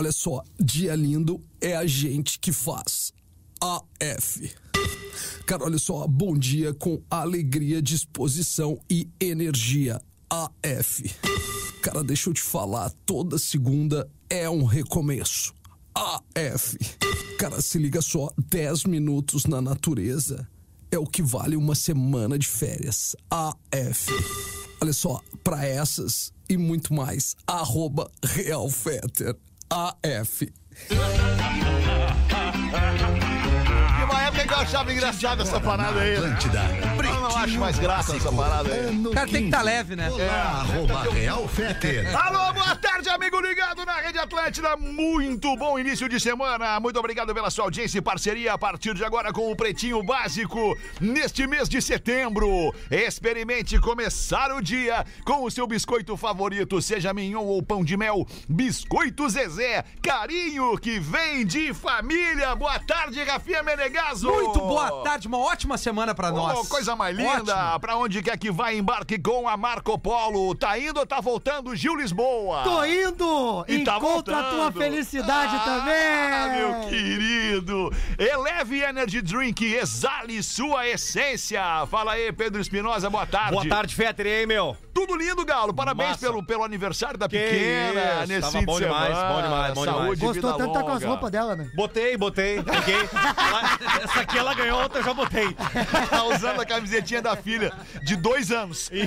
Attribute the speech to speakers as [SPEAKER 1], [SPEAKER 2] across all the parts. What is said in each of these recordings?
[SPEAKER 1] Olha só, dia lindo é a gente que faz. AF. Cara, olha só, bom dia com alegria, disposição e energia. AF. Cara, deixa eu te falar, toda segunda é um recomeço. AF. Cara, se liga só, 10 minutos na natureza é o que vale uma semana de férias. AF. Olha só, para essas e muito mais, arroba RealFetter. AF.
[SPEAKER 2] E uma época que eu achava engraçada essa parada aí, né? Eu não acho mais graça essa parada aí.
[SPEAKER 3] O cara tem que estar tá leve, né?
[SPEAKER 4] Arroba Real Feter.
[SPEAKER 2] Alô, boa tarde, amigo ligado na Rede Atlântida. Muito bom início de semana. Muito obrigado pela sua audiência e parceria a partir de agora com o Pretinho Básico. Neste mês de setembro, experimente começar o dia com o seu biscoito favorito, seja mignon ou pão de mel. Biscoito Zezé, carinho que vem de família. Boa tarde, Rafinha Menegaso.
[SPEAKER 3] Muito boa tarde, uma ótima semana pra nós.
[SPEAKER 2] Oh, coisa mais linda!
[SPEAKER 3] Ótimo.
[SPEAKER 2] Pra onde quer que vá, embarque com a Marco Polo. Tá indo ou tá voltando, Gil Lisboa?
[SPEAKER 5] Tô indo!
[SPEAKER 2] E tá
[SPEAKER 5] Encontra a tua
[SPEAKER 2] voltando.
[SPEAKER 5] felicidade
[SPEAKER 2] Ah,
[SPEAKER 5] também!
[SPEAKER 2] Meu querido! Eleve Energy Drink, exale sua essência. Fala aí, Pedro Espinosa, boa tarde.
[SPEAKER 6] Boa tarde, Fetter, e aí, meu?
[SPEAKER 2] Tudo lindo, Galo. Parabéns
[SPEAKER 6] Massa.
[SPEAKER 2] pelo, pelo aniversário da pequena.
[SPEAKER 6] isso,
[SPEAKER 2] nesse
[SPEAKER 6] tava
[SPEAKER 2] fim de
[SPEAKER 6] bom
[SPEAKER 2] semana.
[SPEAKER 6] demais, bom demais, bom demais.
[SPEAKER 2] Saúde,
[SPEAKER 5] Gostou
[SPEAKER 2] vida
[SPEAKER 5] tanto tá com as
[SPEAKER 2] longa.
[SPEAKER 5] roupas dela, né?
[SPEAKER 6] Botei, botei, peguei. Ela- Essa aqui ela ganhou, outra eu já botei.
[SPEAKER 2] Tá usando a camisetinha da filha de dois anos.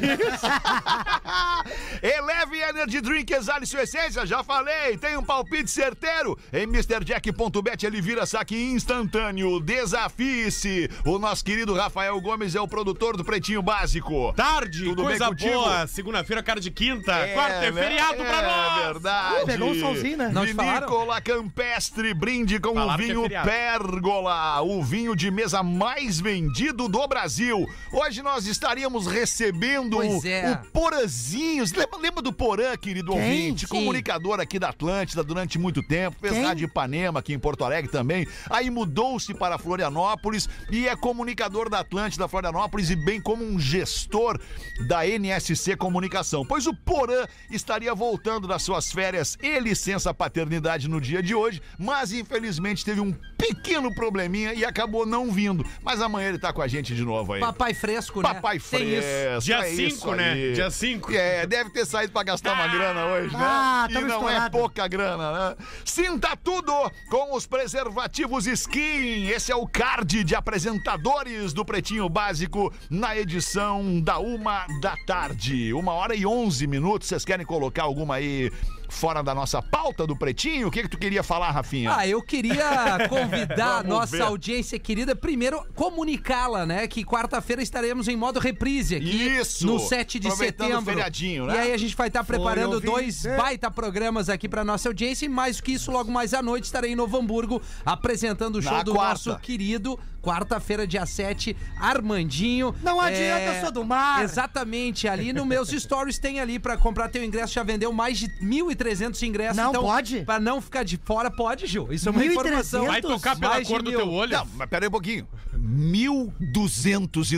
[SPEAKER 2] Eleve Energy Drink, exale sua essência, já falei. Tem um palpite certeiro. Em MrJack.bet ele vira saque instantâneo. Desafie-se. O nosso querido Rafael Gomes é o produtor do Pretinho Básico.
[SPEAKER 7] Tarde,
[SPEAKER 2] Tudo bem
[SPEAKER 7] coisa
[SPEAKER 2] contigo?
[SPEAKER 7] boa. Segunda-feira, cara de quinta.
[SPEAKER 2] É,
[SPEAKER 7] Quarta é
[SPEAKER 2] né?
[SPEAKER 7] feriado pra nós.
[SPEAKER 2] É verdade.
[SPEAKER 5] Uh, pegou um solzinho, né?
[SPEAKER 3] Não te falaram?
[SPEAKER 2] Vinícola Campestre, brinde com o
[SPEAKER 7] Falaram que é
[SPEAKER 2] vinho
[SPEAKER 7] feriado.
[SPEAKER 2] Pérgola, o vinho de mesa mais vendido do Brasil. Hoje nós estaríamos recebendo
[SPEAKER 3] Pois
[SPEAKER 2] o,
[SPEAKER 3] é.
[SPEAKER 2] o Porãzinho. Você Lembra, lembra do Porã, querido
[SPEAKER 5] Quem?
[SPEAKER 2] ouvinte?
[SPEAKER 5] Sim.
[SPEAKER 2] Comunicador aqui da Atlântida durante muito tempo, fez
[SPEAKER 5] Quem?
[SPEAKER 2] rádio de Ipanema, aqui em Porto Alegre também. Aí mudou-se para Florianópolis e é comunicador da Atlântida Florianópolis e bem como um gestor da NSC Comunicação. Pois o Porã estaria voltando das suas férias e licença paternidade no dia de hoje, mas infelizmente teve um pequeno probleminha e acabou não vindo. Mas amanhã ele tá com a gente de novo aí.
[SPEAKER 3] Papai fresco, né?
[SPEAKER 2] Papai
[SPEAKER 3] Tem isso.
[SPEAKER 2] Fresco.
[SPEAKER 7] Dia
[SPEAKER 2] é
[SPEAKER 7] cinco,
[SPEAKER 2] isso
[SPEAKER 7] né?
[SPEAKER 2] aí.
[SPEAKER 7] Dia cinco.
[SPEAKER 2] É, deve ter saído pra gastar uma grana hoje, né?
[SPEAKER 5] Ah,
[SPEAKER 2] e
[SPEAKER 5] tamo
[SPEAKER 2] não é
[SPEAKER 5] estourado.
[SPEAKER 2] pouca grana, né? Sinta tudo com os preservativos Skin. Esse é o card de apresentadores do Pretinho Básico na edição da uma da tarde. Uma hora e onze minutos. Vocês querem colocar alguma aí fora da nossa pauta do Pretinho? O que que tu queria falar, Rafinha?
[SPEAKER 3] Ah, eu queria convidar a
[SPEAKER 2] Vamos
[SPEAKER 3] nossa
[SPEAKER 2] ver.
[SPEAKER 3] audiência querida, primeiro comunicá-la, né? Que quarta-feira estaremos em modo reprise aqui
[SPEAKER 2] Isso.
[SPEAKER 3] no 7 de
[SPEAKER 2] Aproveitando o
[SPEAKER 3] setembro.
[SPEAKER 2] feriadinho, né?
[SPEAKER 3] E aí a gente vai estar preparando
[SPEAKER 5] ouvinte.
[SPEAKER 3] dois baita programas aqui pra nossa audiência. E mais do que isso, logo mais à noite estarei em Novo Hamburgo apresentando o show
[SPEAKER 2] Na
[SPEAKER 3] do
[SPEAKER 2] quarta.
[SPEAKER 3] nosso querido, quarta-feira, dia 7, Armandinho. É,
[SPEAKER 5] Não adianta, sou do mar.
[SPEAKER 3] Exatamente, ali no meus stories tem ali pra comprar teu ingresso, já vendeu mais de 1.300 ingressos.
[SPEAKER 5] Não
[SPEAKER 3] então,
[SPEAKER 5] pode?
[SPEAKER 3] Pra não ficar de fora, pode, Gil. Isso é uma
[SPEAKER 5] 1.300?
[SPEAKER 3] informação.
[SPEAKER 7] Vai tocar pela
[SPEAKER 3] Mais de
[SPEAKER 7] cor do
[SPEAKER 3] mil.
[SPEAKER 7] teu olho?
[SPEAKER 2] Não, mas pera aí um pouquinho.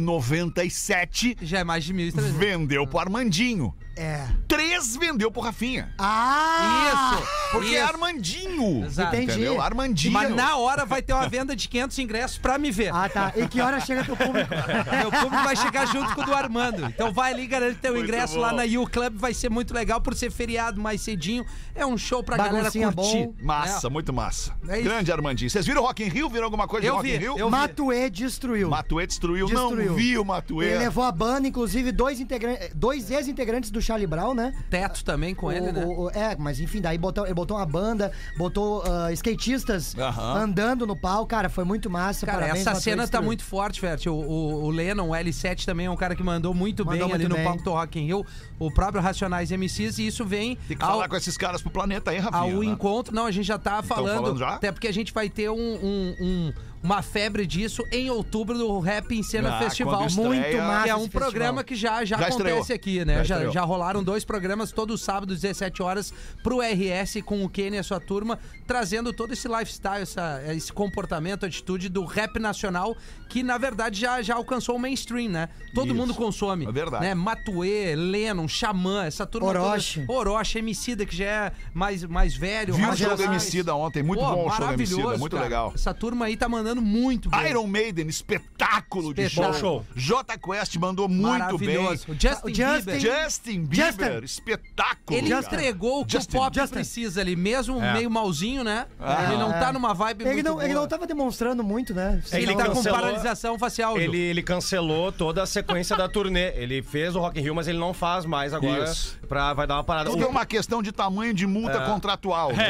[SPEAKER 2] 1297
[SPEAKER 3] Já é mais de 1.300.
[SPEAKER 2] vendeu pro Armandinho.
[SPEAKER 5] É.
[SPEAKER 2] Três vendeu pro Rafinha.
[SPEAKER 5] Ah!
[SPEAKER 3] Isso!
[SPEAKER 2] Porque é
[SPEAKER 3] isso.
[SPEAKER 2] Armandinho.
[SPEAKER 3] Exato.
[SPEAKER 5] Entendi.
[SPEAKER 2] Entendeu? Armandinho.
[SPEAKER 3] Mas na hora vai ter uma venda de 500 ingressos pra me ver.
[SPEAKER 5] Ah, tá. E que hora chega teu público?
[SPEAKER 3] Meu público vai chegar junto com o do Armando. Então vai ali, garante teu ingresso lá na U Club. Vai ser muito legal por ser feriado mais cedinho. É um show pra galera
[SPEAKER 5] Baguncinha
[SPEAKER 3] curtir.
[SPEAKER 5] bom.
[SPEAKER 2] Massa, muito massa.
[SPEAKER 3] É isso.
[SPEAKER 2] Grande Armandinho. Vocês viram Rock in Rio? Viram alguma coisa
[SPEAKER 3] Eu
[SPEAKER 2] de Rock
[SPEAKER 3] vi,
[SPEAKER 2] in Rio?
[SPEAKER 3] eu vi.
[SPEAKER 5] Matuê destruiu.
[SPEAKER 2] Matuê destruiu. Não
[SPEAKER 5] Destruiu.
[SPEAKER 2] vi o Matuê.
[SPEAKER 3] é
[SPEAKER 5] Ele levou a banda, inclusive, dois, integra- dois ex-integrantes do Charlie Brown, né?
[SPEAKER 3] É. Teto também com ele,
[SPEAKER 5] O-
[SPEAKER 3] né?
[SPEAKER 5] o- o- é, mas enfim, daí botou, ele botou uma banda, botou ah, skatistas
[SPEAKER 2] Aham.
[SPEAKER 5] andando no pau, cara, foi muito massa.
[SPEAKER 3] Cara,
[SPEAKER 5] parabéns,
[SPEAKER 3] essa
[SPEAKER 5] Matuê
[SPEAKER 3] cena tá
[SPEAKER 5] destruiu.
[SPEAKER 3] muito forte, Fert. O, o, o Lennon, o L7 também é um cara que mandou muito
[SPEAKER 5] Mandou
[SPEAKER 3] bem
[SPEAKER 5] muito
[SPEAKER 3] ali no
[SPEAKER 5] bem.
[SPEAKER 3] palco do Rock in Rio. O próprio Racionais MCs, e isso vem
[SPEAKER 2] Tem que
[SPEAKER 3] ao,
[SPEAKER 2] falar com esses caras pro planeta aí,
[SPEAKER 3] ao
[SPEAKER 2] Rafinha. né?
[SPEAKER 3] encontro. Não, a gente já tá falando.
[SPEAKER 2] falando já?
[SPEAKER 3] Até porque a gente vai ter um- um- um- uma febre disso em outubro do Rap em Cena
[SPEAKER 2] Ah,
[SPEAKER 3] Festival.
[SPEAKER 2] quando estreia-
[SPEAKER 3] Que é
[SPEAKER 5] Muito massa.
[SPEAKER 3] um
[SPEAKER 5] Ah, esse festival.
[SPEAKER 3] programa que já, já,
[SPEAKER 2] Já
[SPEAKER 3] acontece
[SPEAKER 2] estreou.
[SPEAKER 3] aqui, né?
[SPEAKER 2] Já
[SPEAKER 3] Já,
[SPEAKER 2] estreou.
[SPEAKER 3] já rolaram dois programas todo sábado, 17 horas, pro RS com o Kenny e a sua turma, trazendo todo esse lifestyle, essa- esse comportamento, atitude do rap nacional, que na verdade já, já alcançou o mainstream, né? Todo mundo consome.
[SPEAKER 2] É verdade.
[SPEAKER 3] Né? Matuê, Lennon, Xamã, essa turma.
[SPEAKER 5] Orochi.
[SPEAKER 3] Toda, Orochi, Emicida, que já é mais, mais velho.
[SPEAKER 2] Vi o
[SPEAKER 3] mais
[SPEAKER 2] show do
[SPEAKER 3] atrás.
[SPEAKER 2] Emicida ontem, muito
[SPEAKER 3] Pô,
[SPEAKER 2] bom o show do Emicida,
[SPEAKER 3] maravilhoso,
[SPEAKER 2] muito
[SPEAKER 3] cara.
[SPEAKER 2] legal.
[SPEAKER 3] Essa turma aí tá mandando muito bem.
[SPEAKER 2] Iron Maiden, espetáculo, de show.
[SPEAKER 3] Espetáculo.
[SPEAKER 2] J Quest mandou muito bem.
[SPEAKER 3] Maravilhoso. O Justin,
[SPEAKER 5] O Justin-
[SPEAKER 3] Bieber,
[SPEAKER 2] Justin Bieber, espetáculo.
[SPEAKER 3] ele
[SPEAKER 2] cara.
[SPEAKER 3] entregou o que
[SPEAKER 2] Justin. É.
[SPEAKER 3] o pop
[SPEAKER 5] Justin.
[SPEAKER 3] precisa ali, mesmo meio malzinho, né? ele não
[SPEAKER 5] É.
[SPEAKER 3] tá numa vibe
[SPEAKER 5] Ele
[SPEAKER 3] muito
[SPEAKER 5] não, tá-
[SPEAKER 3] boa.
[SPEAKER 5] ele não tava demonstrando muito, né?
[SPEAKER 3] Ele
[SPEAKER 6] Ele
[SPEAKER 3] tá com
[SPEAKER 6] cancelou-
[SPEAKER 3] paralisação facial. Gil.
[SPEAKER 6] Ele, ele cancelou toda a sequência da turnê. Ele fez o Rock in Rio, mas ele não faz mais agora.
[SPEAKER 2] Isso.
[SPEAKER 6] Pra, vai dar uma parada.
[SPEAKER 2] Tudo é
[SPEAKER 6] O-
[SPEAKER 2] uma questão de tamanho de multa contratual. né?